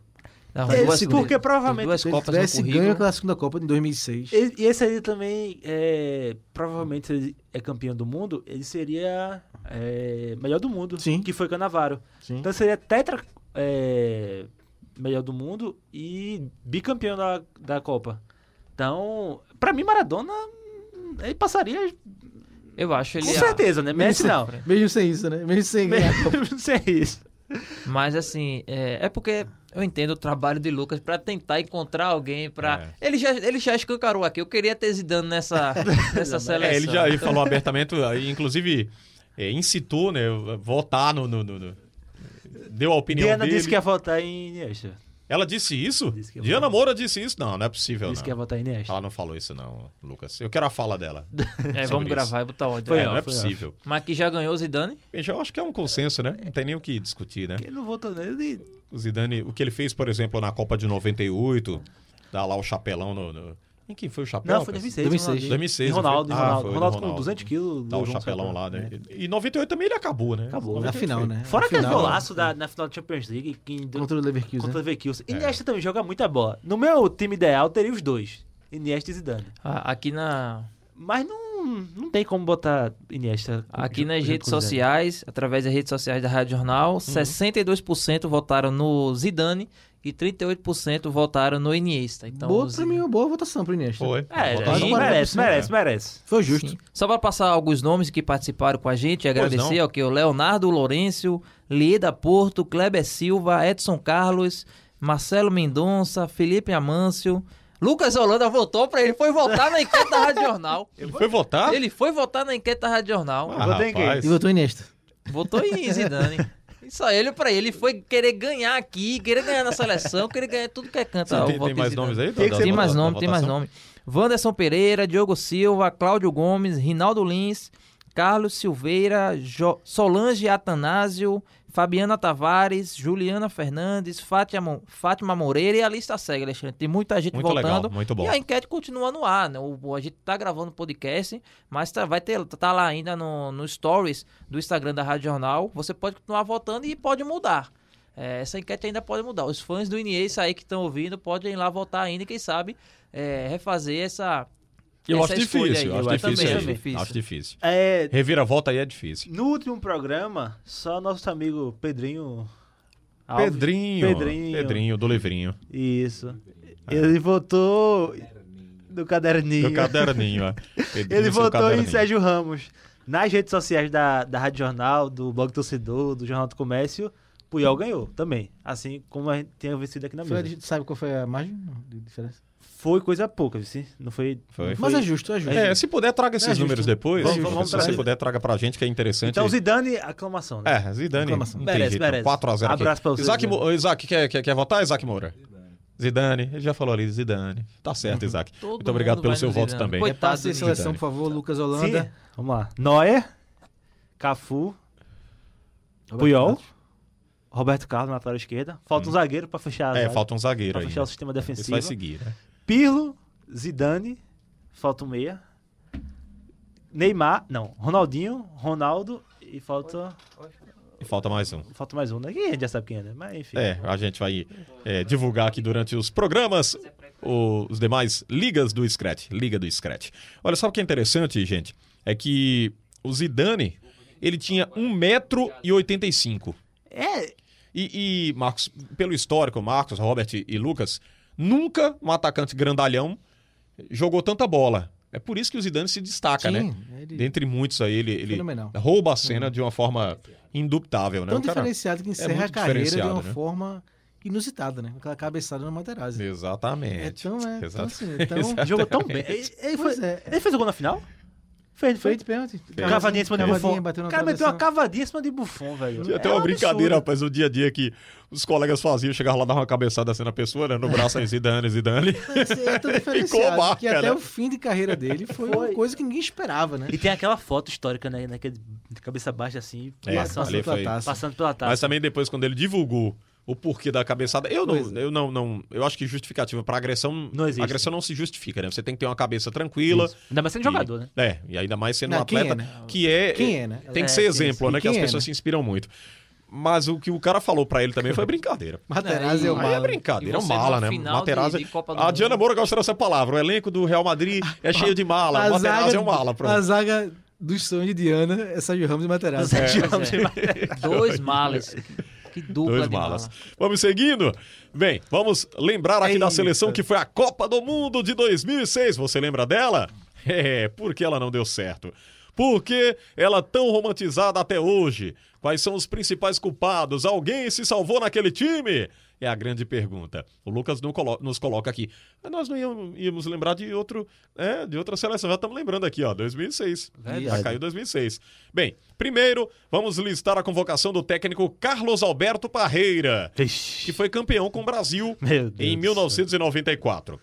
S9: Não,
S6: É,
S9: duas-
S6: se-
S8: porque provavelmente
S9: duas
S6: Se ele
S9: Copas no
S6: tivesse
S9: currículo.
S6: ganho aquela segunda Copa em 2006.
S8: E e esse aí também, é, provavelmente, se ele é campeão do mundo, ele seria é, melhor do mundo,
S6: Sim.
S8: que foi Canavaro.
S6: Sim.
S8: Então seria tetra é, melhor do mundo e bicampeão da, da Copa. Então, pra mim, Maradona, hum, ele passaria
S9: Eu acho ele.
S5: é
S8: com
S9: ah,
S8: certeza, né? Messi não.
S6: Mesmo sem isso, né? Mesmo sem ganhar.
S8: Mesmo sem isso.
S9: Mas assim, é, é porque eu entendo o trabalho de Lucas pra tentar encontrar alguém pra.
S5: É.
S9: Ele, já, ele já escancarou aqui. Eu queria ter Zidane nessa, nessa seleção.
S5: É, ele já ele
S9: Então,
S5: falou abertamente, aí, inclusive é, incitou, né, votar no, no- no- no- Deu a opinião
S8: Diana
S5: dele.
S8: disse que ia votar em Iniesta.
S5: Ela disse isso?
S8: Disse que ia
S5: Diana Moura disse isso? Não, não é possível,
S8: Disse que ia
S5: não.
S8: votar em Iniesta.
S5: Ela não falou isso, não, Lucas. Eu quero a fala dela.
S9: é,
S5: sobre
S9: vamos
S5: isso.
S9: gravar e botar ódio.
S5: É, não é
S8: foi
S5: possível.
S9: Mas que já ganhou o Zidane?
S5: Gente, eu acho que é um consenso, né? Não tem nem o que discutir, né?
S8: Ele não votou nele.
S5: O Zidane, o que ele fez, por exemplo, na Copa de 98, dá lá o chapelão no... no... Em quem foi o chapelão?
S8: Não, foi em
S5: Lucas?
S8: 2006.
S6: 2006.
S5: 2006, não foi?
S8: Ronaldinho. Ronaldo,
S5: Ah,
S8: Ronaldo,
S5: foi do
S8: Ronaldo com
S5: Ronaldo.
S8: 200 quilos.
S5: Dá o
S8: levou um
S5: chapelão
S8: chapéu.
S5: lá, né? E em 98 também ele acabou, né?
S8: Acabou.
S6: Na final, né?
S8: Fora
S6: Na
S8: aquele
S6: final, é.
S8: golaço da, na final da Champions League que deu
S6: Contra o né? É. Leverkusen.
S8: contra o Leverkusen. Iniesta também joga muita bola. No meu time ideal teria os dois, Iniesta e Zidane.
S9: Ah, Aqui na.
S8: Mas não
S11: não, não tem como botar Iniesta.
S9: Aqui
S11: junto-
S9: nas
S11: junto
S9: redes
S11: com o Zidane.
S9: sociais, através das redes sociais da Rádio Jornal, 62% votaram no Zidane e 38% votaram no Iniesta. Então,
S6: boa,
S9: o
S6: pra
S9: Zidane-
S6: mim, uma boa votação pro Iniesta.
S5: Foi.
S11: É,
S5: Botaram
S11: gente,
S5: no
S6: agora.
S11: merece, merece,
S9: né?
S11: merece.
S6: Foi justo.
S9: Sim. Só para passar alguns nomes que participaram com a gente e agradecer
S5: não.
S9: ao que o Leonardo Lourenço, Lieda Porto, Kleber Silva, Edson Carlos, Marcelo Mendonça, Felipe Amâncio, Lucas Holanda votou para ele, foi votar na enquete da Rádio Jornal.
S5: Ele foi votar?
S9: Ele foi votar na enquete da Rádio Jornal,
S5: Ah,
S8: Votou em quem?
S5: rapaz.
S6: E votou Iniesta.
S9: votou em Zidane. Isso aí, ele para ele foi querer ganhar aqui, querer ganhar na seleção, querer ganhar tudo que é canto.
S5: Tem-
S9: Ah, o
S5: Tem,
S9: voto em
S5: mais
S9: Zidane.
S5: nomes aí?
S9: Tem,
S5: da- da-
S9: mais
S5: da- da
S9: nome, tem mais
S5: votação?
S9: nome. Wanderson Pereira, Diogo Silva, Cláudio Gomes, Rinaldo Lins, Carlos Silveira, Jo- Solange Atanásio, Fabiana Tavares, Juliana Fernandes, Fátima, Fátima Moreira e a lista segue, Alexandre. Tem muita gente
S5: Muito
S9: voltando.
S5: legal, muito bom.
S9: E a enquete continua no ar, né? O, o- a gente tá gravando podcast, mas tá, vai ter, tá lá ainda no, no stories do Instagram da Rádio Jornal. Você pode continuar votando e pode mudar. É, essa enquete ainda pode mudar. Os fãs do Iniesta aí que estão ouvindo podem ir lá votar ainda e quem sabe é, refazer essa.
S5: Eu
S9: essa
S5: acho
S9: escolha
S5: difícil,
S9: aí.
S5: eu acho difícil.
S9: também,
S5: aí.
S9: acho difícil.
S5: Acho difícil.
S8: É,
S5: Revira volta aí é difícil.
S8: no último programa, só nosso amigo Pedrinho. Alves-
S5: Pedrinho,
S8: Pedrinho.
S5: Pedrinho do livrinho.
S8: Isso.
S6: Ah.
S8: Ele votou no caderninho.
S5: Do caderninho, ó. Pedrinho,
S8: Ele
S5: seu
S8: votou em
S5: caderninho.
S8: Sérgio Ramos. Nas redes sociais da, da Rádio Jornal, do Blog Torcedor, do Jornal do Comércio, Puyol ganhou também. Assim como a gente tinha vencido aqui na
S6: Foi a
S8: mesa.
S6: di- sabe qual foi a margem de diferença?
S8: Foi coisa pouca, viu? Não foi.
S5: Foi.
S6: Mas é justo, é justo.
S5: É, se puder, traga esses
S6: justo.
S5: números depois.
S8: Vamos- vamos
S5: se
S8: trazer.
S5: você puder, traga pra gente, que é interessante.
S8: Então, Zidane, aclamação, né?
S5: É, Zidane. Não
S6: Reclamação.
S5: tem
S8: Merece,
S5: jeito,
S8: merece.
S5: 4x0.
S8: Abraço pra você,
S5: Isaac,
S8: Zidane.
S5: Mo- Isaac quer, quer, quer votar, Isaac Moura? Zidane, ele já falou ali, Zidane. Tá certo, Isaac.
S9: Todo
S5: Muito obrigado
S9: mundo
S5: pelo
S9: vai
S5: seu
S9: no
S5: voto
S9: Zidane.
S5: também.
S9: Coitado
S6: Repasse a
S9: do
S6: Tá seleção,
S5: Zidane.
S6: por favor, Lucas Holanda.
S8: Sim. Vamos lá. Neuer, Cafu, Puyol, Roberto Carlos na lateral esquerda. Falta um zagueiro pra fechar a
S5: É,
S8: zaga,
S5: falta um zagueiro
S8: pra
S5: aí.
S8: fechar o sistema
S5: Isso
S8: defensivo.
S5: vai seguir, né?
S8: Pirlo, Zidane, falta um meia. Neymar, não, Ronaldinho, Ronaldo e falta,
S5: E falta mais um.
S8: falta mais um, né? Que a gente já sabe quem é, né? Mas enfim.
S5: É, a gente vai é, divulgar aqui durante os programas o- os demais ligas do Scratch, Liga do Scratch. Olha, sabe o que é interessante, gente? É que o Zidane, ele tinha 1,85m.
S8: É,
S5: E, e, Marcos, pelo histórico, Marcos, Robert e Lucas, nunca um atacante grandalhão jogou tanta bola. É por isso que o Zidane se destaca,
S6: Sim,
S5: né?
S6: ele-
S5: Dentre muitos aí, ele, ele
S6: Fenomenal.
S5: rouba a cena de uma forma indubitável, né?
S6: Tão
S5: O cara-
S6: diferenciado que encerra a
S5: muito
S6: carreira de uma
S5: diferenciado, né?
S6: forma inusitada, né? Com Aquela cabeçada no Materazzi.
S5: Exatamente.
S6: Então, é. Então,
S5: Exato.
S6: assim, então,
S8: jogou tão bem. Ele, ele foi-
S6: Pois é.
S8: ele fez o gol na final? Fez,
S6: foi
S8: fez.
S6: de pênalti.
S8: Cavadinha em cima de Buffon.
S6: Cavadinha, bateu na
S8: o cara meteu
S6: travessão.
S8: uma cavadinha em cima de Buffon, velho.
S5: Tinha até
S8: É
S5: uma
S8: um
S5: brincadeira,
S8: absurdo.
S5: rapaz, no dia a dia que os colegas faziam, chegavam lá, davam uma cabeçada assim na pessoa, né? No braço aí, Zidane, Zidane.
S6: Assim, é tão
S5: Ficou
S6: diferenciado
S5: marca,
S6: que até
S5: né?
S6: o fim de carreira dele foi, uma coisa que ninguém esperava, né?
S8: E tem aquela foto histórica, né? Naquele, de cabeça baixa assim,
S5: É,
S8: passando,
S5: ali
S6: pela
S5: foi-
S6: taça.
S8: passando pela
S5: Mas
S8: taça.
S5: também depois, quando ele divulgou o porquê da cabeçada, eu não,
S6: é.
S5: eu não, não- eu acho que justificativa pra agressão,
S8: Não existe.
S5: agressão não se justifica, né? Você tem que ter uma cabeça tranquila.
S8: Ainda mais sendo
S5: e-
S8: jogador, né?
S5: É, e ainda mais sendo
S6: Não,
S5: um
S6: quem
S5: atleta
S6: é, né?
S5: que é,
S6: Quem é, né?
S5: tem que
S6: É,
S5: ser
S6: quem-
S5: exemplo, né? Que
S6: quem
S5: as
S6: é,
S5: pessoas
S6: né?
S5: se inspiram muito. Mas o que o cara falou pra ele também foi brincadeira.
S6: Materazzi é o
S5: Aí é
S6: mal.
S5: brincadeira,
S9: E
S5: é
S9: você
S5: mala,
S9: numa
S5: né?
S9: final de-
S5: Materazzi.
S9: de Copa do
S5: a Diana
S9: Mundo.
S5: Moura gosta dessa palavra. O elenco do Real Madrid é cheio de mala. O Materazzi é um mala. Pronto.
S6: A zaga dos sonhos de Diana é Sérgio Ramos e É, Materazzi.
S8: Digamos,
S9: Dois malas. Que dupla
S5: Dois
S9: de malas.
S5: malas. Vamos seguindo? Bem, vamos lembrar aqui da
S6: Eita.
S5: seleção que foi a Copa do Mundo de 2006. Você lembra dela? É, porque ela não deu certo. Por que ela tão romantizada até hoje? Quais são os principais culpados? Alguém se salvou naquele time? É a grande pergunta. O Lucas não colo- nos coloca aqui. Mas nós não íamos, íamos lembrar de outro, é, de outra seleção. Já estamos lembrando aqui, ó, 2006. Já caiu 2006. Bem, primeiro vamos listar a convocação do técnico Carlos Alberto Parreira que foi campeão com o Brasil
S8: Meu Deus
S5: em
S8: do
S5: 1994.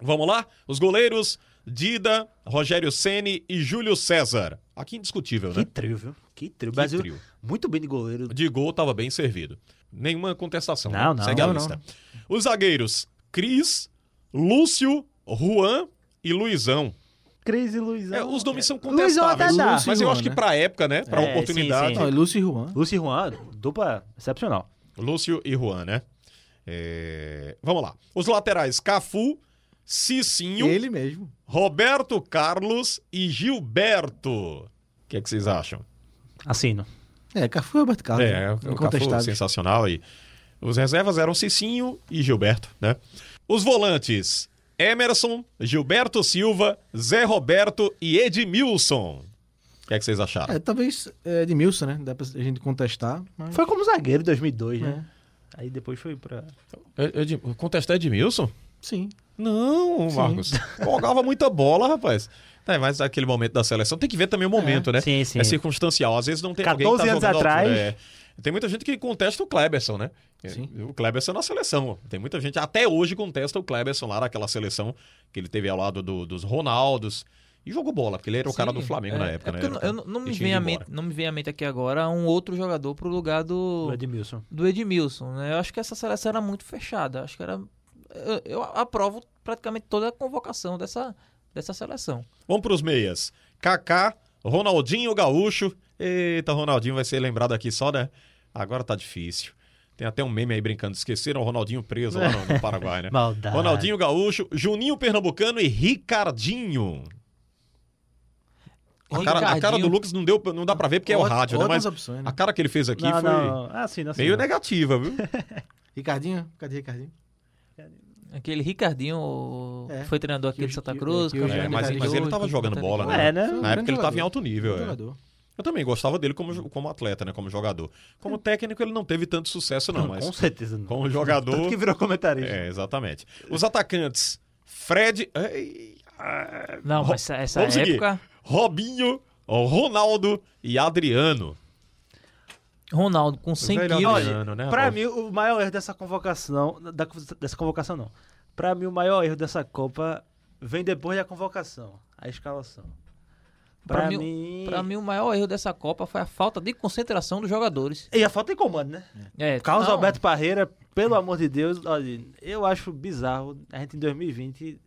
S5: Vamos lá? Os goleiros Dida, Rogério Ceni e Júlio César. Aqui indiscutível,
S8: Que
S5: né?
S8: trio, viu? Que trio.
S5: Que
S8: Brasil,
S5: trio.
S8: muito bem de goleiro.
S5: De gol estava bem servido. Nenhuma contestação. né?
S8: Não, não,
S5: Segue a
S8: não,
S5: lista. Os zagueiros Cris, Lúcio, Juan e Luizão.
S8: Cris e Luizão.
S5: É, os nomes são
S8: Luizão até
S5: contestáveis,
S8: dá.
S5: mas eu
S6: Luizão,
S5: acho que
S6: né?
S5: pra época, né? Pra
S8: É,
S5: oportunidade,
S8: sim,
S6: Não, é Lúcio e Juan.
S8: Lúcio e Juan, dupla excepcional.
S5: Lúcio e Juan, né? É, Vamos lá. Os laterais, Cafu, Cicinho,
S6: Ele mesmo.
S5: Roberto Carlos e Gilberto. O que, é que vocês acham?
S8: Assino.
S6: É, Cafu e Roberto Carlos.
S5: É, o Cafu,
S6: incontestável.
S5: sensacional aí. Os reservas eram Cicinho e Gilberto, né? Os volantes, Emerson, Gilberto Silva, Zé Roberto e Edmilson. O que, é que vocês acharam?
S6: É, talvez é, de Milson, né? Dá pra a gente contestar. Mas... É.
S7: Foi como zagueiro em 2002, né?
S8: Aí depois foi pra.
S5: Ed, contestar Edmilson?
S6: Sim.
S5: Não, Marcos. Jogava muita bola, rapaz. É, mas aquele momento da seleção tem que ver também o momento, né?
S8: sim, sim.
S5: É circunstancial. Às vezes não tem
S7: 14
S5: alguém que tá
S7: anos
S5: jogando à altura.
S7: atrás.
S5: É. Tem muita gente que contesta o Kleberson, né? Sim. O Kleberson na seleção. Tem muita gente, até hoje, contesta o Kleberson lá naquela seleção que ele teve ao lado do- dos Ronaldos. E jogou bola, porque ele era o cara do Flamengo
S9: é,
S5: na
S9: é
S5: época, né?
S9: porque
S5: Era o
S9: eu
S5: cara-
S9: não- eu não, não me
S5: ele tinha
S9: vem à
S5: ido
S9: mente,
S5: embora.
S9: não me vem à mente aqui agora um outro jogador pro lugar do,
S8: O Edmilson.
S9: do Edmilson, né? Eu acho que essa seleção era muito fechada. Acho que era. Eu, eu aprovo praticamente toda a convocação dessa, dessa seleção.
S5: Vamos pros meias. Kaká, Ronaldinho Gaúcho. Eita, Ronaldinho vai ser lembrado aqui só, né? Agora tá difícil. Tem até um meme aí brincando. Esqueceram o Ronaldinho preso lá no, no Paraguai, né?
S8: Maldade.
S5: Ronaldinho Gaúcho, Juninho Pernambucano e Ricardinho. A cara, a cara do
S9: Ricardinho-
S5: Lucas não, deu, não dá pra ver porque é o
S6: Ótimas
S5: rádio, né? Mas
S6: opções, né?
S5: a cara que ele fez aqui
S8: Não,
S5: foi
S8: não. Assino, assino.
S5: meio negativa, viu?
S6: Ricardinho? Cadê Ricardinho?
S9: Aquele Ricardinho
S6: É.
S9: foi treinador aqui
S6: Que
S9: de
S6: o-
S9: Santa
S6: que o-
S9: Cruz.
S6: que o
S9: campeão
S5: É,
S9: de
S5: mas, mas
S9: 98,
S5: ele tava jogando bola, né?
S8: É, né?
S6: Foi um
S5: Na época
S6: grande
S5: ele tava em
S6: jogador.
S5: alto nível, é.
S6: Jogador.
S5: Eu também gostava dele como, jo- como atleta, né? Como jogador. Como técnico, ele não teve tanto sucesso, não, mas
S8: Com certeza não.
S5: como jogador.
S7: Tanto que virou comentarista.
S5: É, exatamente. Os atacantes: Fred. Ei, ah,
S9: Não,
S5: Ro-
S9: mas essa, essa
S5: Vamos seguir.
S9: época.
S5: Robinho, ó, Ronaldo e Adriano.
S9: Ronaldo com 100
S5: velho
S9: quilos.
S5: Adriano.
S8: Olha,
S5: né,
S8: pra
S5: rapaz?
S8: mim, o maior erro dessa convocação. Da, dessa convocação, não. Pra mim, o maior erro dessa Copa vem depois da convocação a escalação. Pra,
S9: Pra mim-
S8: mim.
S9: Pra mim, o maior erro dessa Copa foi a falta de concentração dos jogadores.
S8: E a falta de comando, né?
S9: É,
S8: Carlos
S9: não,
S8: Alberto Parreira, pelo amor de Deus, olha, eu acho bizarro a gente em 2020.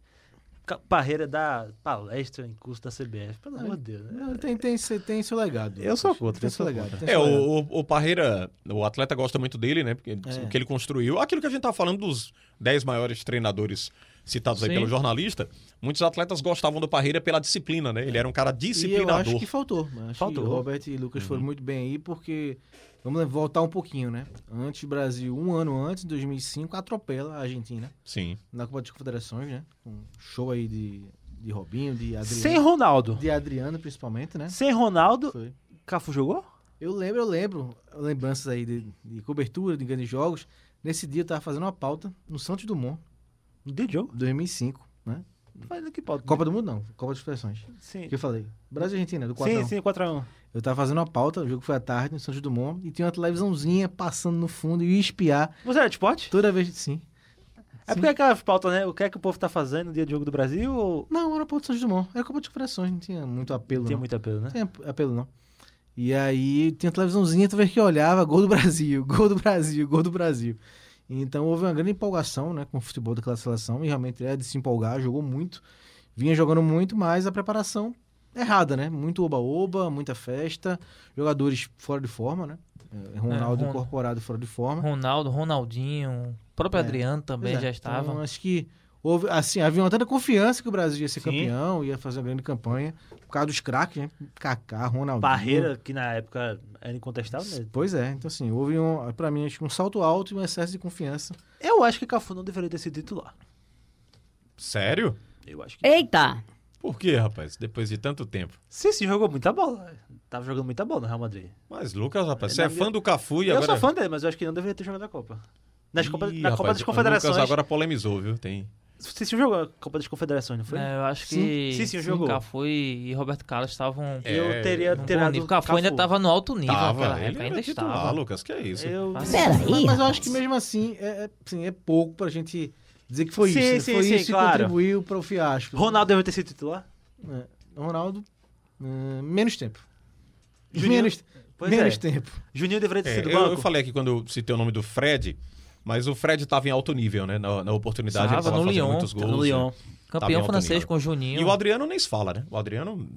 S8: Ca- Parreira dar palestra em curso da CBF, pelo amor de Deus, né?
S6: Não, tem, tem, seu- tem seu legado.
S7: Eu sou
S6: Lucas.
S7: contra,
S6: Tem
S7: eu sou
S6: seu legado. tem
S5: É,
S6: seu
S5: o,
S6: legado.
S5: o- o Parreira, o atleta gosta muito dele, né? Porque
S8: É.
S5: o que ele construiu. Aquilo que a gente tá falando dos 10 maiores treinadores citados aí
S9: Sim.
S5: pelo jornalista, muitos atletas gostavam do Parreira pela disciplina, né? Ele era um cara
S6: E eu acho
S5: disciplinador. Uhum.
S6: que faltou. Acho
S8: Faltou.
S6: Que o Robert e o Lucas foram muito bem aí, porque vamos voltar um pouquinho, né? Antes, o Brasil, um ano antes, 2005, atropela a Argentina
S5: Sim.
S6: na Copa das Confederações, né? Um show aí de, de Robinho, de Adriano.
S8: Sem Ronaldo.
S6: De Adriano, principalmente, né?
S8: Sem Ronaldo,
S6: Foi.
S8: Cafu jogou?
S6: Eu lembro, eu lembro, lembranças aí de, de cobertura, de grandes jogos. Nesse dia eu tava fazendo uma pauta no Santos Dumont,
S8: Não deu jogo.
S6: 2005, né?
S8: Mas que pode.
S6: Copa do Mundo não, Copa das Confederações.
S8: Sim.
S6: né? Que um. eu falei, Brasil e Argentina, do 4
S8: Sim, um. sim, 4x1.
S6: Eu tava fazendo uma pauta, o jogo foi à tarde, no Santos Dumont, e tinha uma televisãozinha passando no fundo e eu ia espiar
S8: Você era de esporte?
S6: toda vez. Sim.
S8: É porque é aquela pauta, né? O que é que o povo tá fazendo no dia do jogo do Brasil? Ou...
S6: Não, era a pauta do Santos Dumont, era Copa das Confederações, não tinha muito apelo.
S8: Tem
S6: não.
S8: muito apelo,
S6: Não
S8: né?
S6: tem É, apelo, não. E aí tinha televisãozinha, tu vê que eu olhava, gol do Brasil, gol do Brasil, gol do Brasil. Então houve uma grande empolgação né, com o futebol daquela seleção, e realmente é de se empolgar, jogou muito, vinha jogando muito, mas a preparação errada, né? Muito oba-oba, muita festa, jogadores fora de forma, né? É, Ronaldo
S9: Ron-
S6: incorporado fora de forma.
S9: Ronaldo, Ronaldinho, o próprio
S6: É,
S9: Adriano também
S6: Pois é,
S9: já estava.
S6: Então, acho que houve, assim, havia uma tanta confiança que o Brasil ia ser
S8: Sim.
S6: campeão, ia fazer uma grande campanha, por causa dos craques, né? Kaká, Ronaldinho.
S8: Parreira, que na época era incontestável, né?
S6: Pois é, então assim, houve um, pra mim, acho que um salto alto e um excesso de confiança.
S8: Eu acho que Cafu não deveria ter sido titular.
S5: Sério?
S8: Eu acho que.
S4: É.
S12: Eita!
S5: Por quê, rapaz? Depois de tanto tempo.
S8: Sim, sim, jogou muita bola. Tava jogando muita bola no Real Madrid.
S5: Mas, Lucas, rapaz,
S8: É,
S5: você é
S8: na
S5: fã
S8: minha-
S5: do Cafu e
S8: eu
S5: agora. é
S8: sou fã dele, mas eu acho que ele não deveria ter jogado a Copa. Nas Copa-
S5: Ih,
S8: na Copa
S5: rapaz,
S8: das Confederações.
S5: O Lucas agora polemizou, viu? Tem.
S8: Você jogou a Copa das Confederações, não foi?
S9: É, eu acho
S6: Sim,
S9: que
S8: sim, sim, jogou.
S9: Cafu e e Roberto Carlos estavam.
S5: É,
S8: Eu teria
S9: num bom
S8: tirado.
S9: nível. O Cafu, ainda estava no alto nível naquela
S5: Tava, ele
S9: época, ainda
S5: ainda titular,
S9: estava.
S5: Lucas, que é isso?
S8: Eu...
S9: Mas-
S12: Peraí!
S6: Mas eu acho que mesmo assim, é, é, assim, é pouco pra gente dizer que foi
S8: Sim,
S6: isso. né?
S8: sim,
S6: foi
S8: sim,
S6: isso que
S8: claro.
S6: contribuiu para o fiasco.
S8: Ronaldo deveria ter sido titular?
S6: É, Ronaldo, hum, menos tempo.
S8: Juninho-
S6: menos
S8: Pois
S6: menos
S8: é.
S6: tempo.
S8: Juninho deveria ter
S5: É,
S8: sido
S5: eu,
S8: banco?
S5: eu falei aqui quando eu citei o nome do Fred, mas o Fred estava em alto nível, né? Na, na oportunidade,
S9: Tava
S5: ele tava
S9: no
S5: fazendo
S9: Lyon,
S5: muitos
S9: tava
S5: gols.
S9: no Lyon.
S5: né? Tava em
S9: Campeão
S5: alto
S9: francês
S5: nível.
S9: com Juninho.
S5: E o Adriano nem se fala, né? O Adriano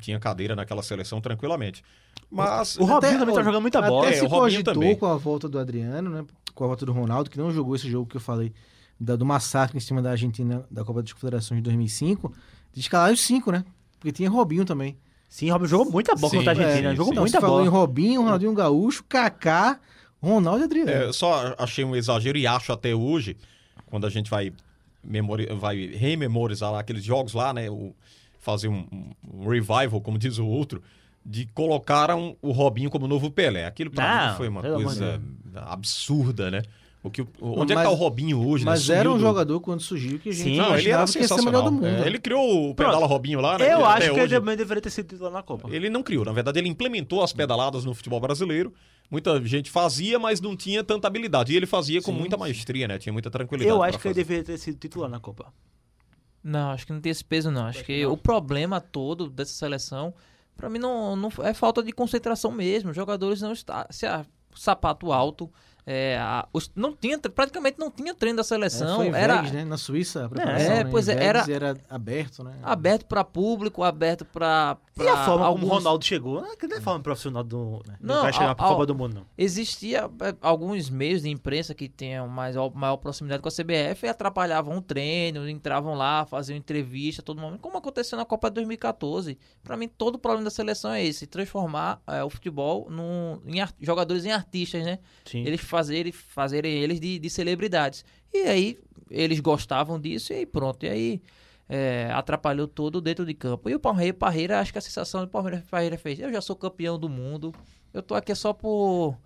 S5: tinha cadeira naquela seleção tranquilamente. Mas.
S8: É. O Robinho
S6: Até-
S8: também tá
S6: olha,
S8: jogando muita bola.
S6: Até
S5: É,
S6: se
S5: o Robinho
S6: cogitou
S5: também.
S6: com a volta do Adriano, né? Com a volta do Ronaldo, que não jogou esse jogo que eu falei da- do massacre em cima da Argentina da Copa das Confederações de 2005, de escalar os cinco, né? Porque tinha Robinho também.
S8: Sim, Robin jogou muita bola contra a
S5: Sim,
S8: Argentina.
S9: né?
S5: sim,
S8: jogou
S5: É, sim.
S6: Então,
S8: muita
S6: você falou em
S8: bola.
S6: Robinho, Ronaldinho Gaúcho, Kaká, Ronaldo e Adriano.
S5: É, só achei um exagero e acho até hoje, quando a gente vai, memori- vai rememorizar lá aqueles jogos lá, né? o- fazer um, um- um revival, como diz o outro, de colocaram o Robinho como novo Pelé. Aquilo pra
S8: Não,
S5: mim foi uma
S8: pelo amor de
S5: coisa absurda, né? O que, o- onde é
S6: mas-
S5: que tá o Robinho hoje? né?
S6: Mas
S5: Sumiu
S6: era um
S5: do-
S6: jogador quando surgiu que a gente
S8: Sim,
S5: Não, ele era
S6: imaginava que ia ser o melhor
S5: sensacional.
S6: do mundo.
S5: É, Ele criou o pedala Robinho lá, né?
S8: Eu
S5: até
S8: acho
S5: hoje-
S8: que ele também deveria ter sido titular na Copa.
S5: Ele não criou, na verdade, ele implementou as pedaladas no futebol brasileiro. Muita gente fazia, mas não tinha tanta habilidade. E ele fazia com muita maestria, né? Tinha muita tranquilidade.
S8: Eu
S5: pra
S8: acho que ele
S5: fazer.
S8: deveria ter sido titular na Copa.
S9: Não, acho que não tem esse peso, não. Acho que o problema todo dessa seleção, pra mim, não, não é falta de concentração mesmo. Os jogadores não estão. Se a sapato alto. é, a- os- não tinha, praticamente não tinha treino da seleção.
S8: É,
S6: foi em
S9: era
S6: Vegas, né? Na Suíça, a preparação,
S9: é,
S6: né?
S9: pois
S6: Em
S9: é,
S6: Vegas era aberto, né?
S9: aberto pra público, aberto pra.
S8: E a
S9: pra
S8: forma
S9: alguns-
S8: como o Ronaldo chegou, né, que não é forma profissional do. né, Não,
S9: Não,
S8: vai chegar
S9: ao-
S8: pra Copa
S9: ao-
S8: do Mundo, não.
S9: Existia é, alguns meios de imprensa que tenham mais, maior proximidade com a CBF e atrapalhavam o treino, entravam lá, faziam entrevista a todo momento, como aconteceu na Copa de 2014. Para mim, todo o problema da seleção é esse, transformar é, o futebol num- em ar- jogadores em artistas, né?
S8: Sim.
S9: Eles fazerem, fazerem eles de, de celebridades. E aí, eles gostavam disso e aí pronto. E aí, é, atrapalhou todo dentro de campo. E o Palmeiras, Parreira, acho que a sensação do Palmeiras Parreira fez, eu já sou campeão do mundo, eu tô aqui só por...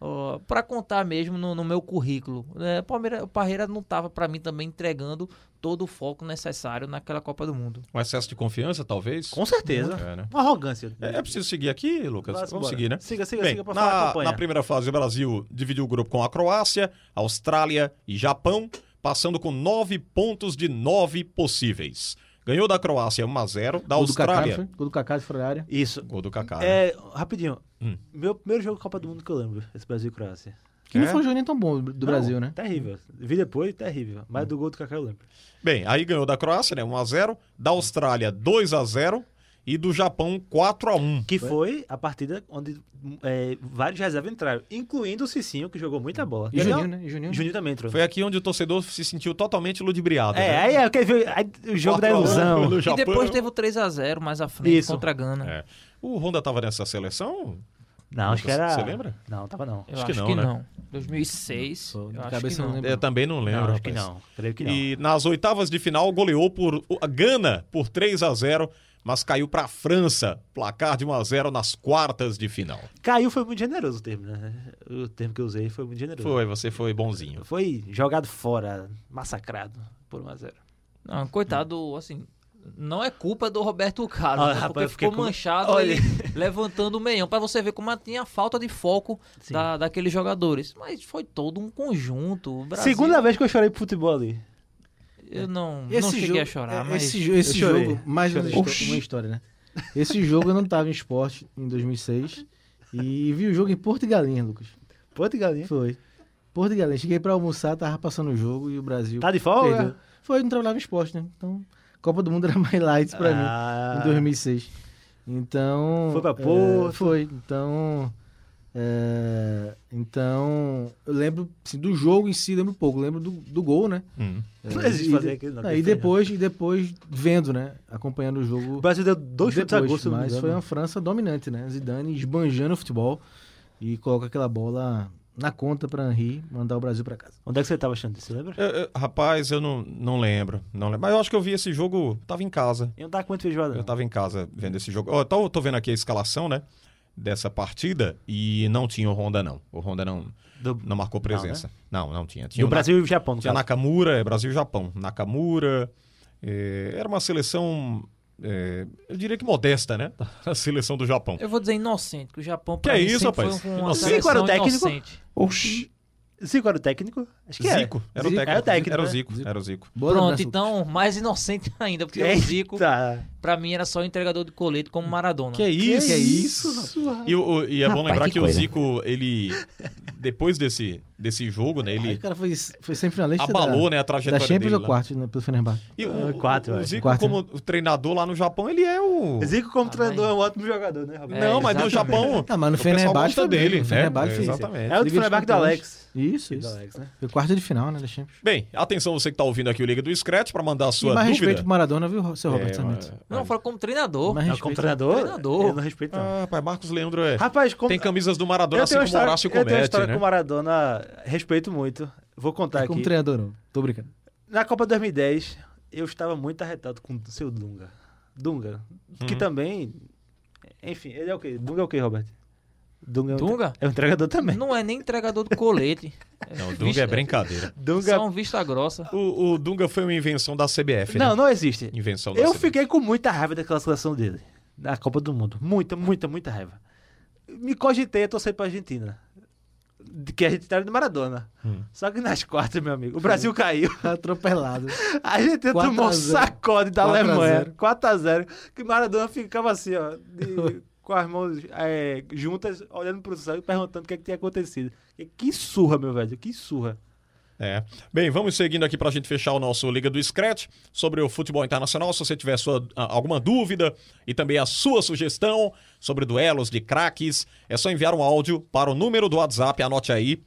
S9: ó, pra contar mesmo no, no meu currículo. É, Palmeira- o Parreira não tava, pra mim, também entregando todo o foco necessário naquela Copa do Mundo.
S5: Um excesso de confiança, talvez.
S8: Com certeza.
S5: É, né?
S8: Uma arrogância.
S5: É, é preciso seguir aqui, Lucas.
S8: Vá-se
S5: Vamos
S8: embora.
S5: seguir, né?
S8: Siga, siga,
S5: Bem,
S8: siga pra
S5: na,
S8: falar a campanha.
S5: Na primeira fase, o Brasil dividiu o grupo com a Croácia, Austrália e Japão, passando com nove pontos de nove possíveis. Ganhou da Croácia 1 a 0 da
S6: Gol do Kaká,
S5: Austrália.
S6: não foi? Gol do Kaká de fora da área.
S8: Isso.
S5: Gol do Kaká. né?
S8: É, rapidinho.
S5: Hum.
S8: Meu primeiro jogo de Copa do Mundo que eu lembro, esse Brasil e Croácia.
S5: É?
S6: Que não foi um jogo nem tão bom do
S8: Não,
S6: Brasil, né?
S8: Terrível. Vi depois, terrível. Mas do gol do Kaká eu lembro.
S5: Bem, aí ganhou da Croácia, né? 1x0. Da Austrália, 2x0. E do Japão, 4x1.
S8: Que foi a partida onde é, vários reservas entraram, incluindo o Cicinho, que jogou muita bola.
S6: E
S8: Quer ver
S6: Juninho,
S8: uma-
S6: né? E Juninho.
S8: Juninho também entrou.
S5: Foi aqui onde o torcedor se sentiu totalmente ludibriado.
S8: É,
S5: né?
S8: aí é quer ver, aí o jogo da
S5: 4 a 1
S8: ilusão.
S5: do Japão.
S9: E depois teve o 3 a 0 mais à frente
S8: Isso.
S9: contra a Gana.
S5: É. O Honda tava nessa seleção?
S8: Não, acho que
S5: Lucas,
S8: era.
S5: você lembra?
S8: Não, tava não.
S9: Eu
S5: Acho
S9: acho,
S5: que não,
S9: que
S5: né?
S9: não. 2006.
S6: Só de
S9: eu acho
S6: cabeça
S9: que
S6: eu não
S9: não.
S6: lembro.
S5: Eu também não lembro.
S8: não, acho que
S5: rapaz.
S8: não. Creio que não.
S5: E nas oitavas de final goleou por a Gana por 3 a 0 mas caiu para a França, placar de 1 a 0 nas quartas de final.
S8: Caiu foi muito generoso o termo, né? O termo que eu usei foi muito generoso.
S5: Foi, você foi bonzinho.
S8: Foi jogado fora, massacrado por 1x0.
S9: Não, Ah, coitado, assim, não é culpa do Roberto Carlos,
S8: Ah,
S9: né?
S8: rapaz, eu
S9: porque
S8: fiquei
S9: ficou
S8: com-
S9: manchado
S8: Olha.
S9: ele levantando o meião, pra você ver como tinha falta de foco da, daqueles jogadores. Mas foi todo um conjunto. O Brasil,
S8: Segunda vez que eu chorei pro futebol ali.
S9: eu não, não cheguei a chorar,
S6: é,
S9: mas
S6: esse, jo- esse
S8: Eu chorei.
S6: jogo, mais uma, histó- uma história, né? Esse jogo eu não tava em esporte em 2006 e vi o jogo em Porto e Galinha, Lucas.
S8: Ponto e galinha.
S6: Foi. Porto e Galinha. Cheguei pra almoçar, tava passando o jogo e o Brasil
S8: Tá de folga?
S6: perdeu. é. Foi, não trabalhava em esporte, né? Então, Copa do Mundo era mais light pra mim.
S8: Ah,
S6: em 2006. Então.
S8: Foi pra
S6: é,
S8: Porto.
S6: foi. Então. é, então. Eu lembro assim, do jogo em si, lembro pouco. Lembro do, do gol, né?
S8: Hum. Não existe
S6: e
S8: fazer
S6: de-
S8: aquilo, não. né?
S6: Ah,
S8: aquilo
S6: e,
S8: foi
S6: depois, e depois vendo, né? Acompanhando o
S8: O
S6: jogo.
S8: Brasil deu dois chutes a
S6: depois,
S8: gosto,
S6: mas foi uma França dominante, né? Zidane esbanjando o futebol e coloca aquela bola na conta pra Henry mandar o Brasil pra casa.
S8: Onde é que você tava achando isso, você lembra?
S5: Eu- eu- rapaz, eu não, não lembro, não lembro. Mas eu acho que eu vi esse jogo, tava em casa.
S8: Eu não tava com muito feijoada.
S5: Eu
S8: não.
S5: tava em casa vendo esse jogo. Ó, eu tô, tô vendo aqui a escalação, né? Dessa partida e não tinha o Honda, não. O Honda não,
S8: Do-
S5: não marcou presença. Não, não, tinha. Tinha
S8: Do
S5: o
S8: Brasil e o Japão, no
S5: Tinha
S8: caso.
S5: Nakamura, é Brasil e Japão. Nakamura. eh, era uma seleção. eh, eu diria que modesta, né? A seleção do Japão.
S9: eu vou dizer inocente, que o Japão
S5: Que
S9: pra
S5: é
S9: mim
S5: isso,
S9: sempre
S5: rapaz?
S9: foi uma
S5: Inocente.
S9: seleção
S8: Zico era o técnico?
S9: inocente.
S8: Zico era o técnico? Acho que
S5: Zico, era o
S6: Zico.
S5: técnico.
S8: Era o técnico,
S5: Era o
S8: né?
S5: Zico. Era o Zico.
S6: Bola,
S9: Pronto,
S6: Brasil.
S9: então, mais inocente ainda, porque
S8: era.
S9: o Zico,
S8: Tá.
S9: pra mim, era só um entregador de colete como Maradona.
S5: Que é isso?
S6: Que é isso?
S8: Ah.
S5: E, o- o- e é bom lembrar que, o Zico, ele. Depois desse, desse jogo, né?
S6: Aí o
S5: Ele
S6: cara foi, foi semifinalista.
S5: abalou
S6: da,
S5: né, a
S6: Da
S5: trajetória
S6: Champions
S5: dele.
S6: ou
S5: lá.
S6: quarto né, pelo Fenerbahçe?
S5: E o, o- o
S8: Quarto, Ah, eu acho.
S5: Zico,
S6: Quarto,
S5: como treinador lá no Japão, ele é o.
S8: Zico, como
S9: Ah,
S8: treinador,
S9: mas-
S8: é um ótimo jogador, né, Roberto?
S9: É,
S5: Não, mas no
S9: exatamente.
S5: Japão.
S6: Ah, mas no
S5: o pessoal
S6: Fenerbahçe
S5: gosta
S6: também,
S5: dele.
S6: no
S5: né?
S6: Fenerbahçe fez.
S5: Exatamente.
S8: É o do
S6: Liga dos
S8: Fenerbahçe do
S6: Campeões.
S8: Alex.
S6: Isso,
S8: Do
S6: isso.
S8: Alex, né?
S6: Foi quarta de final, né, da Champions.
S5: Bem, atenção você que está ouvindo aqui o Liga do Scratch para mandar a
S6: E
S5: sua
S6: mais
S5: dúvida. É,
S6: respeito pro Maradona, viu, seu Roberto Sarmento?
S9: Não, fala como treinador.
S6: Mais
S8: Não, como treinador?
S9: Treinador.
S8: Eu não respeito, não.
S5: Ah, rapaz, Marcos Leandro é.
S8: Rapaz, como...
S5: Tem camisas do Maradona,
S8: eu
S5: assim
S8: tenho uma
S5: como o
S8: história,
S5: Horácio
S8: eu tenho uma
S5: comete,
S8: história
S5: né?
S8: com o Maradona, respeito muito. Vou
S5: tá
S8: contar
S6: Como
S8: aqui.
S6: treinador, não. Tô brincando.
S8: Na Copa 2010, eu estava muito arretado com o seu Dunga. Dunga,
S9: Uhum.
S8: que também... Enfim, ele é o quê? Dunga é o quê, Roberto? Dunga é um,
S9: Dunga?
S8: É um entregador também.
S9: Não é nem entregador do colete.
S5: Não, o Dunga
S9: Vista-
S5: é brincadeira.
S8: Dunga...
S9: São vista grossa.
S5: O, o Dunga foi uma invenção da CBF, né?
S8: Não, não existe.
S5: Invenção da
S8: Eu
S5: CBF.
S8: fiquei com muita raiva daquela seleção dele. Na Copa do Mundo. Muita, muita, muita raiva. Me cogitei a torcer pra Argentina. de- Que a gente era do Maradona.
S9: Hum.
S8: Só que nas quartas, meu amigo, o Brasil caiu.
S6: Atropelado.
S8: A Argentina
S6: 4 a
S8: tomou um
S6: 0.
S8: sacode da
S6: 4 a
S8: Alemanha.
S6: 0.
S8: 4x0. Que Maradona ficava assim, ó. de- com as mãos é, juntas, olhando pro céu e perguntando o que, é que tinha acontecido. E que surra, meu velho. Que surra.
S5: É. Bem, vamos seguindo aqui para a gente fechar o nosso Liga do Scratch sobre o futebol internacional. Se você tiver sua, a- alguma dúvida e também a sua sugestão sobre duelos de craques, é só enviar um áudio para o número do WhatsApp. Anote aí: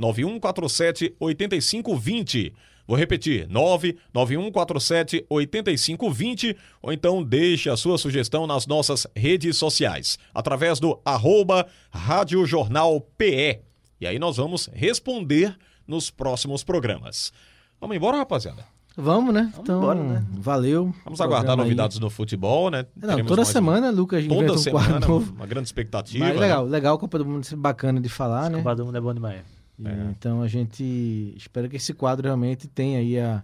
S5: 99147 8520. Vou repetir, 99147 8520, ou então deixe a sua sugestão nas nossas redes sociais, através do arroba Rádio Jornal PE. E aí nós vamos responder nos próximos programas. Vamos embora, rapaziada?
S6: Vamos, né? então,
S8: embora, né?
S6: valeu.
S5: Vamos aguardar
S6: Programa aí. É,
S5: novidades no futebol, né?
S6: Não,
S5: Teremos
S6: toda
S5: mais um-
S6: semana, Lucas, inventa
S5: Toda
S6: um
S5: semana,
S6: quadro novo.
S5: uma grande expectativa.
S6: Mas
S5: né?
S6: legal, legal, Copa do Mundo, sempre bacana de falar, né?
S8: Copa do Mundo é bom demais.
S6: Então a gente espera que esse quadro realmente tenha aí a,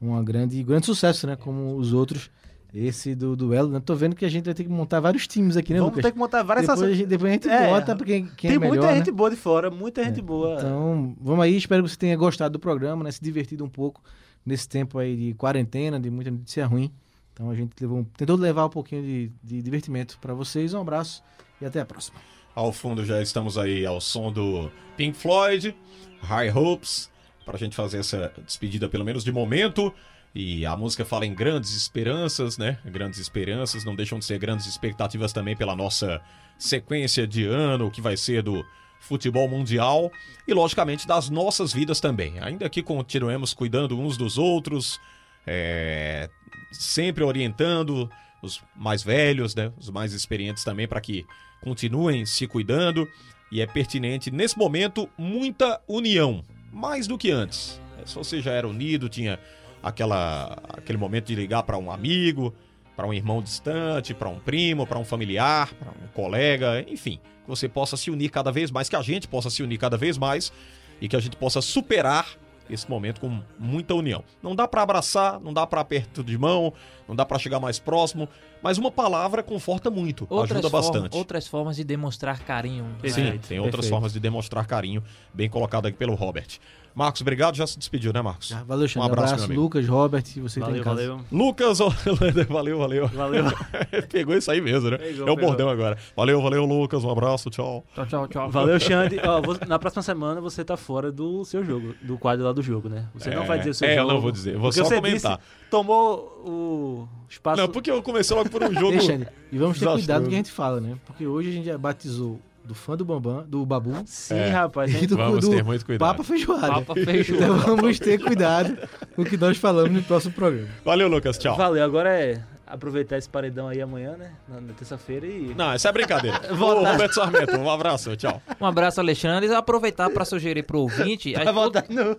S6: uma grande, grande sucesso, né? Como os outros, esse do duelo. Né? Tô vendo que a gente vai ter que montar vários times aqui, né,
S8: Vamos
S6: Lucas?
S8: ter que montar várias
S6: depois, a
S8: ações.
S6: gente, depois a gente
S8: É,
S6: bota pra quem, quem
S8: Tem
S6: é melhor,
S8: muita
S6: né?
S8: gente boa de fora, muita gente boa.
S6: Então, vamos aí. Espero que você tenha gostado do programa, né? Se divertido um pouco nesse tempo aí de quarentena, de muita notícia ruim. Então, a gente levou, tentou levar um pouquinho de, de divertimento para vocês. Um abraço e até a próxima.
S5: Ao fundo já estamos aí ao som do Pink Floyd, High Hopes, pra gente fazer essa despedida pelo menos de momento. E a música fala em grandes esperanças, né? Grandes esperanças, não deixam de ser grandes expectativas também pela nossa sequência de ano, que vai ser do futebol mundial e, logicamente, das nossas vidas também. Ainda que continuemos cuidando uns dos outros, é, sempre orientando os mais velhos, né, os mais experientes também, para que continuem se cuidando. E é pertinente, nesse momento, muita união, mais do que antes. É, Se você já era unido, tinha aquela, aquele momento de ligar para um amigo, para um irmão distante, para um primo, para um familiar, para um colega, enfim, que você possa se unir cada vez mais, que a gente possa se unir cada vez mais e que a gente possa superar esse momento com muita união. Não dá para abraçar, não dá para aperto de mão, não dá para chegar mais próximo, mas uma palavra conforta muito, ajuda
S9: formas,
S5: bastante.
S9: outras formas de demonstrar carinho. né?
S5: Sim, tem outras
S8: perfeito.
S5: formas de demonstrar carinho, bem colocado aqui pelo Robert. Marcos, obrigado, já se despediu, né, Marcos?
S6: Ah, Valeu, Xandão.
S5: Um abraço, meu amigo.
S6: Lucas, Robert, e você que tá em
S8: Valeu,
S6: casa.
S8: valeu.
S5: Lucas Holanda, valeu, valeu.
S8: Valeu.
S5: Pegou isso aí mesmo, né?
S8: Pegou,
S5: é o
S8: pegou. Tá.
S5: bordão agora. Valeu, valeu, Lucas, um abraço, tchau.
S9: Tchau, tchau, tchau.
S8: Valeu, Xande. Ó, vou- na próxima semana você tá fora do seu jogo, do quadro lá do jogo, né? Você
S5: É,
S8: não vai dizer o seu
S5: é, eu
S8: jogo.
S5: não vou dizer, eu vou
S8: porque
S5: só
S8: você
S5: comentar.
S8: Disse, tomou o espaço.
S5: Não, porque eu comecei logo por um jogo.
S6: Deixa ele. E vamos ter
S5: Desastroso.
S6: cuidado do que a gente fala, né? Porque hoje a gente já batizou do fã do Bambam, do Babu
S8: Sim,
S5: É.
S8: rapaz.
S6: e
S8: hein?
S6: do,
S5: Vamos
S6: do
S5: ter muito cuidado.
S6: Papa Feijoada.
S9: Papa feijoada.
S6: Então vamos ter cuidado com o que nós falamos no próximo programa.
S5: Valeu, Lucas, tchau.
S8: Valeu, agora é aproveitar esse paredão aí amanhã, né? Na, na terça-feira e.
S5: Não, essa é brincadeira. Ô,
S8: Voltar.
S5: Roberto Sarmento, um abraço, tchau.
S9: Um abraço, Alexandre. E Aproveitar para sugerir pro ouvinte. as-
S8: Vai voltar no.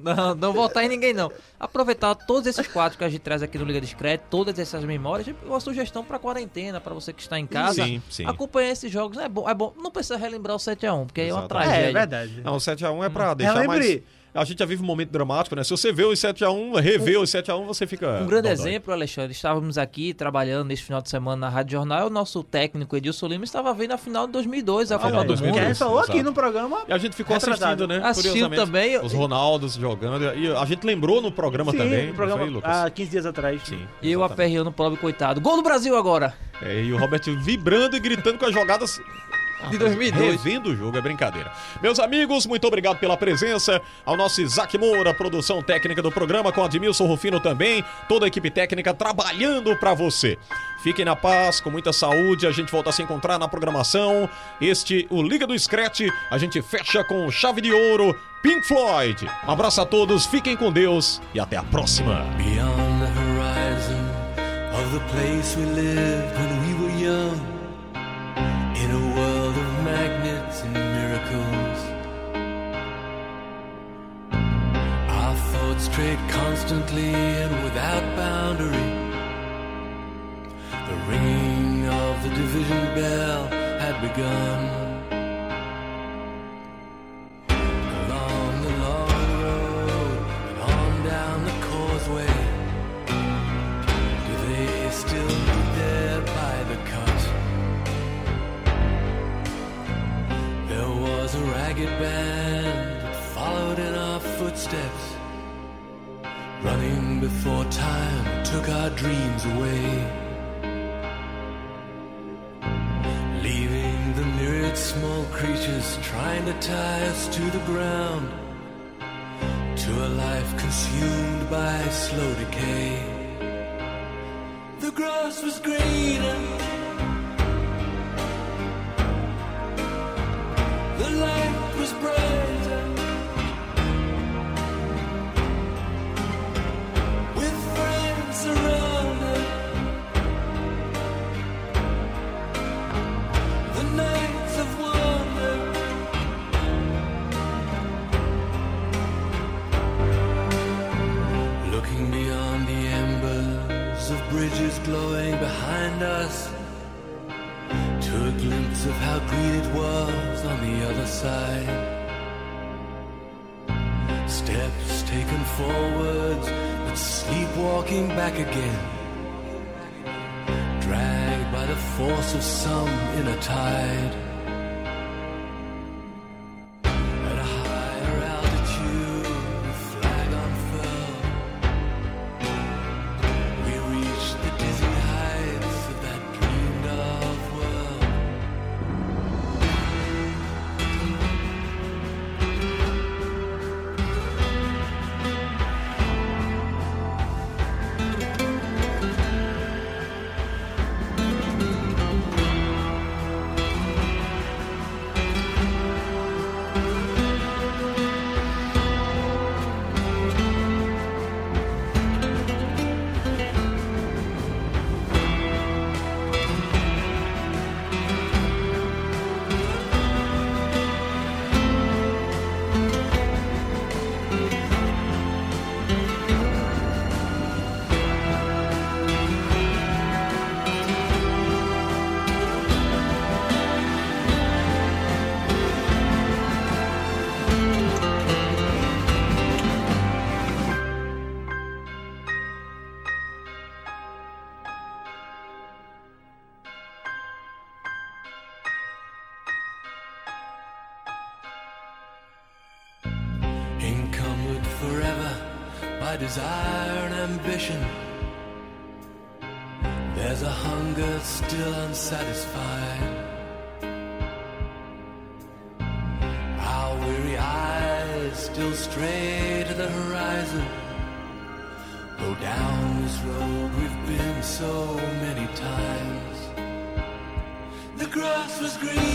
S9: Não, não voltar em ninguém, não. Aproveitar todos esses quadros que a gente traz aqui no Liga Discreto, todas essas memórias, e uma sugestão pra quarentena, pra você que está em casa.
S5: Sim, sim.
S9: Acompanhar esses jogos é bom, é bom. Não precisa relembrar o 7x1, porque aí é uma
S5: Exatamente.
S9: tragédia.
S8: É, é verdade.
S5: Não, o 7x1 é pra deixar mais.
S8: lembre-
S5: A gente já vive um momento dramático, né? Se você vê os 7x1, revê os 7x1, você fica.
S9: Um grande
S5: dodói.
S9: exemplo, Alexandre, estávamos aqui trabalhando neste final de semana na Rádio Jornal, e o nosso técnico Edilson Lima estava vendo a final de 2002, a
S5: final
S9: Copa
S5: de
S9: do
S8: Que a
S9: Mundo.
S5: 2002.
S8: gente falou aqui
S5: Exato.
S8: no programa.
S5: E a gente ficou
S8: Retratado.
S5: assistindo, né?
S9: Assistiu
S5: Curiosamente,
S9: também.
S5: Os Ronaldos jogando. E a gente lembrou no programa
S8: sim,
S5: também.
S8: no
S5: não
S8: programa
S5: foi, Lucas?
S8: há 15 dias atrás.
S5: Sim.
S9: E eu
S5: exatamente.
S9: aperreando o pobre coitado. Gol do Brasil agora!
S5: É, e o Robert vibrando e gritando com as jogadas
S12: de 2002.
S5: Revendo o jogo, é brincadeira. Meus amigos, muito obrigado pela presença. Ao nosso Isaac Moura, produção técnica do programa, com Admilson Rufino também, toda a equipe técnica trabalhando pra você. Fiquem na paz, com muita saúde. A gente volta a se encontrar na programação. Este, o Liga do Scratch, a gente fecha com chave de ouro, Pink Floyd. Um abraço a todos, fiquem com Deus e até a próxima.
S4: Beyond the horizon of the place we lived when we were young, in a world of magnets and miracles. Our thoughts trade constantly and without boundary. The ringing of the division bell had begun. Along the long road and on down the causeway. Do they still meet there by the cut? There was a ragged band that followed in our footsteps, running before time took our dreams away. Leaving the myriad small creatures trying to tie us to the ground, to a life consumed by slow decay. The grass was greener. The light was brighter. With friends around her. The nights of wonder. Looking beyond the embers of bridges glowing behind us to a glimpse of how green it was on the other side. Steps taken forwards, but sleepwalking back again. Dragged by the force of some inner tide. At a higher altitude, the flag unfurled. We reached the dizzy heights of that dreamed of world. encumbered forever by desire and ambition. There's a hunger still unsatisfied. Our weary eyes still stray to the horizon. Go down this road we've been so many times. The grass was green.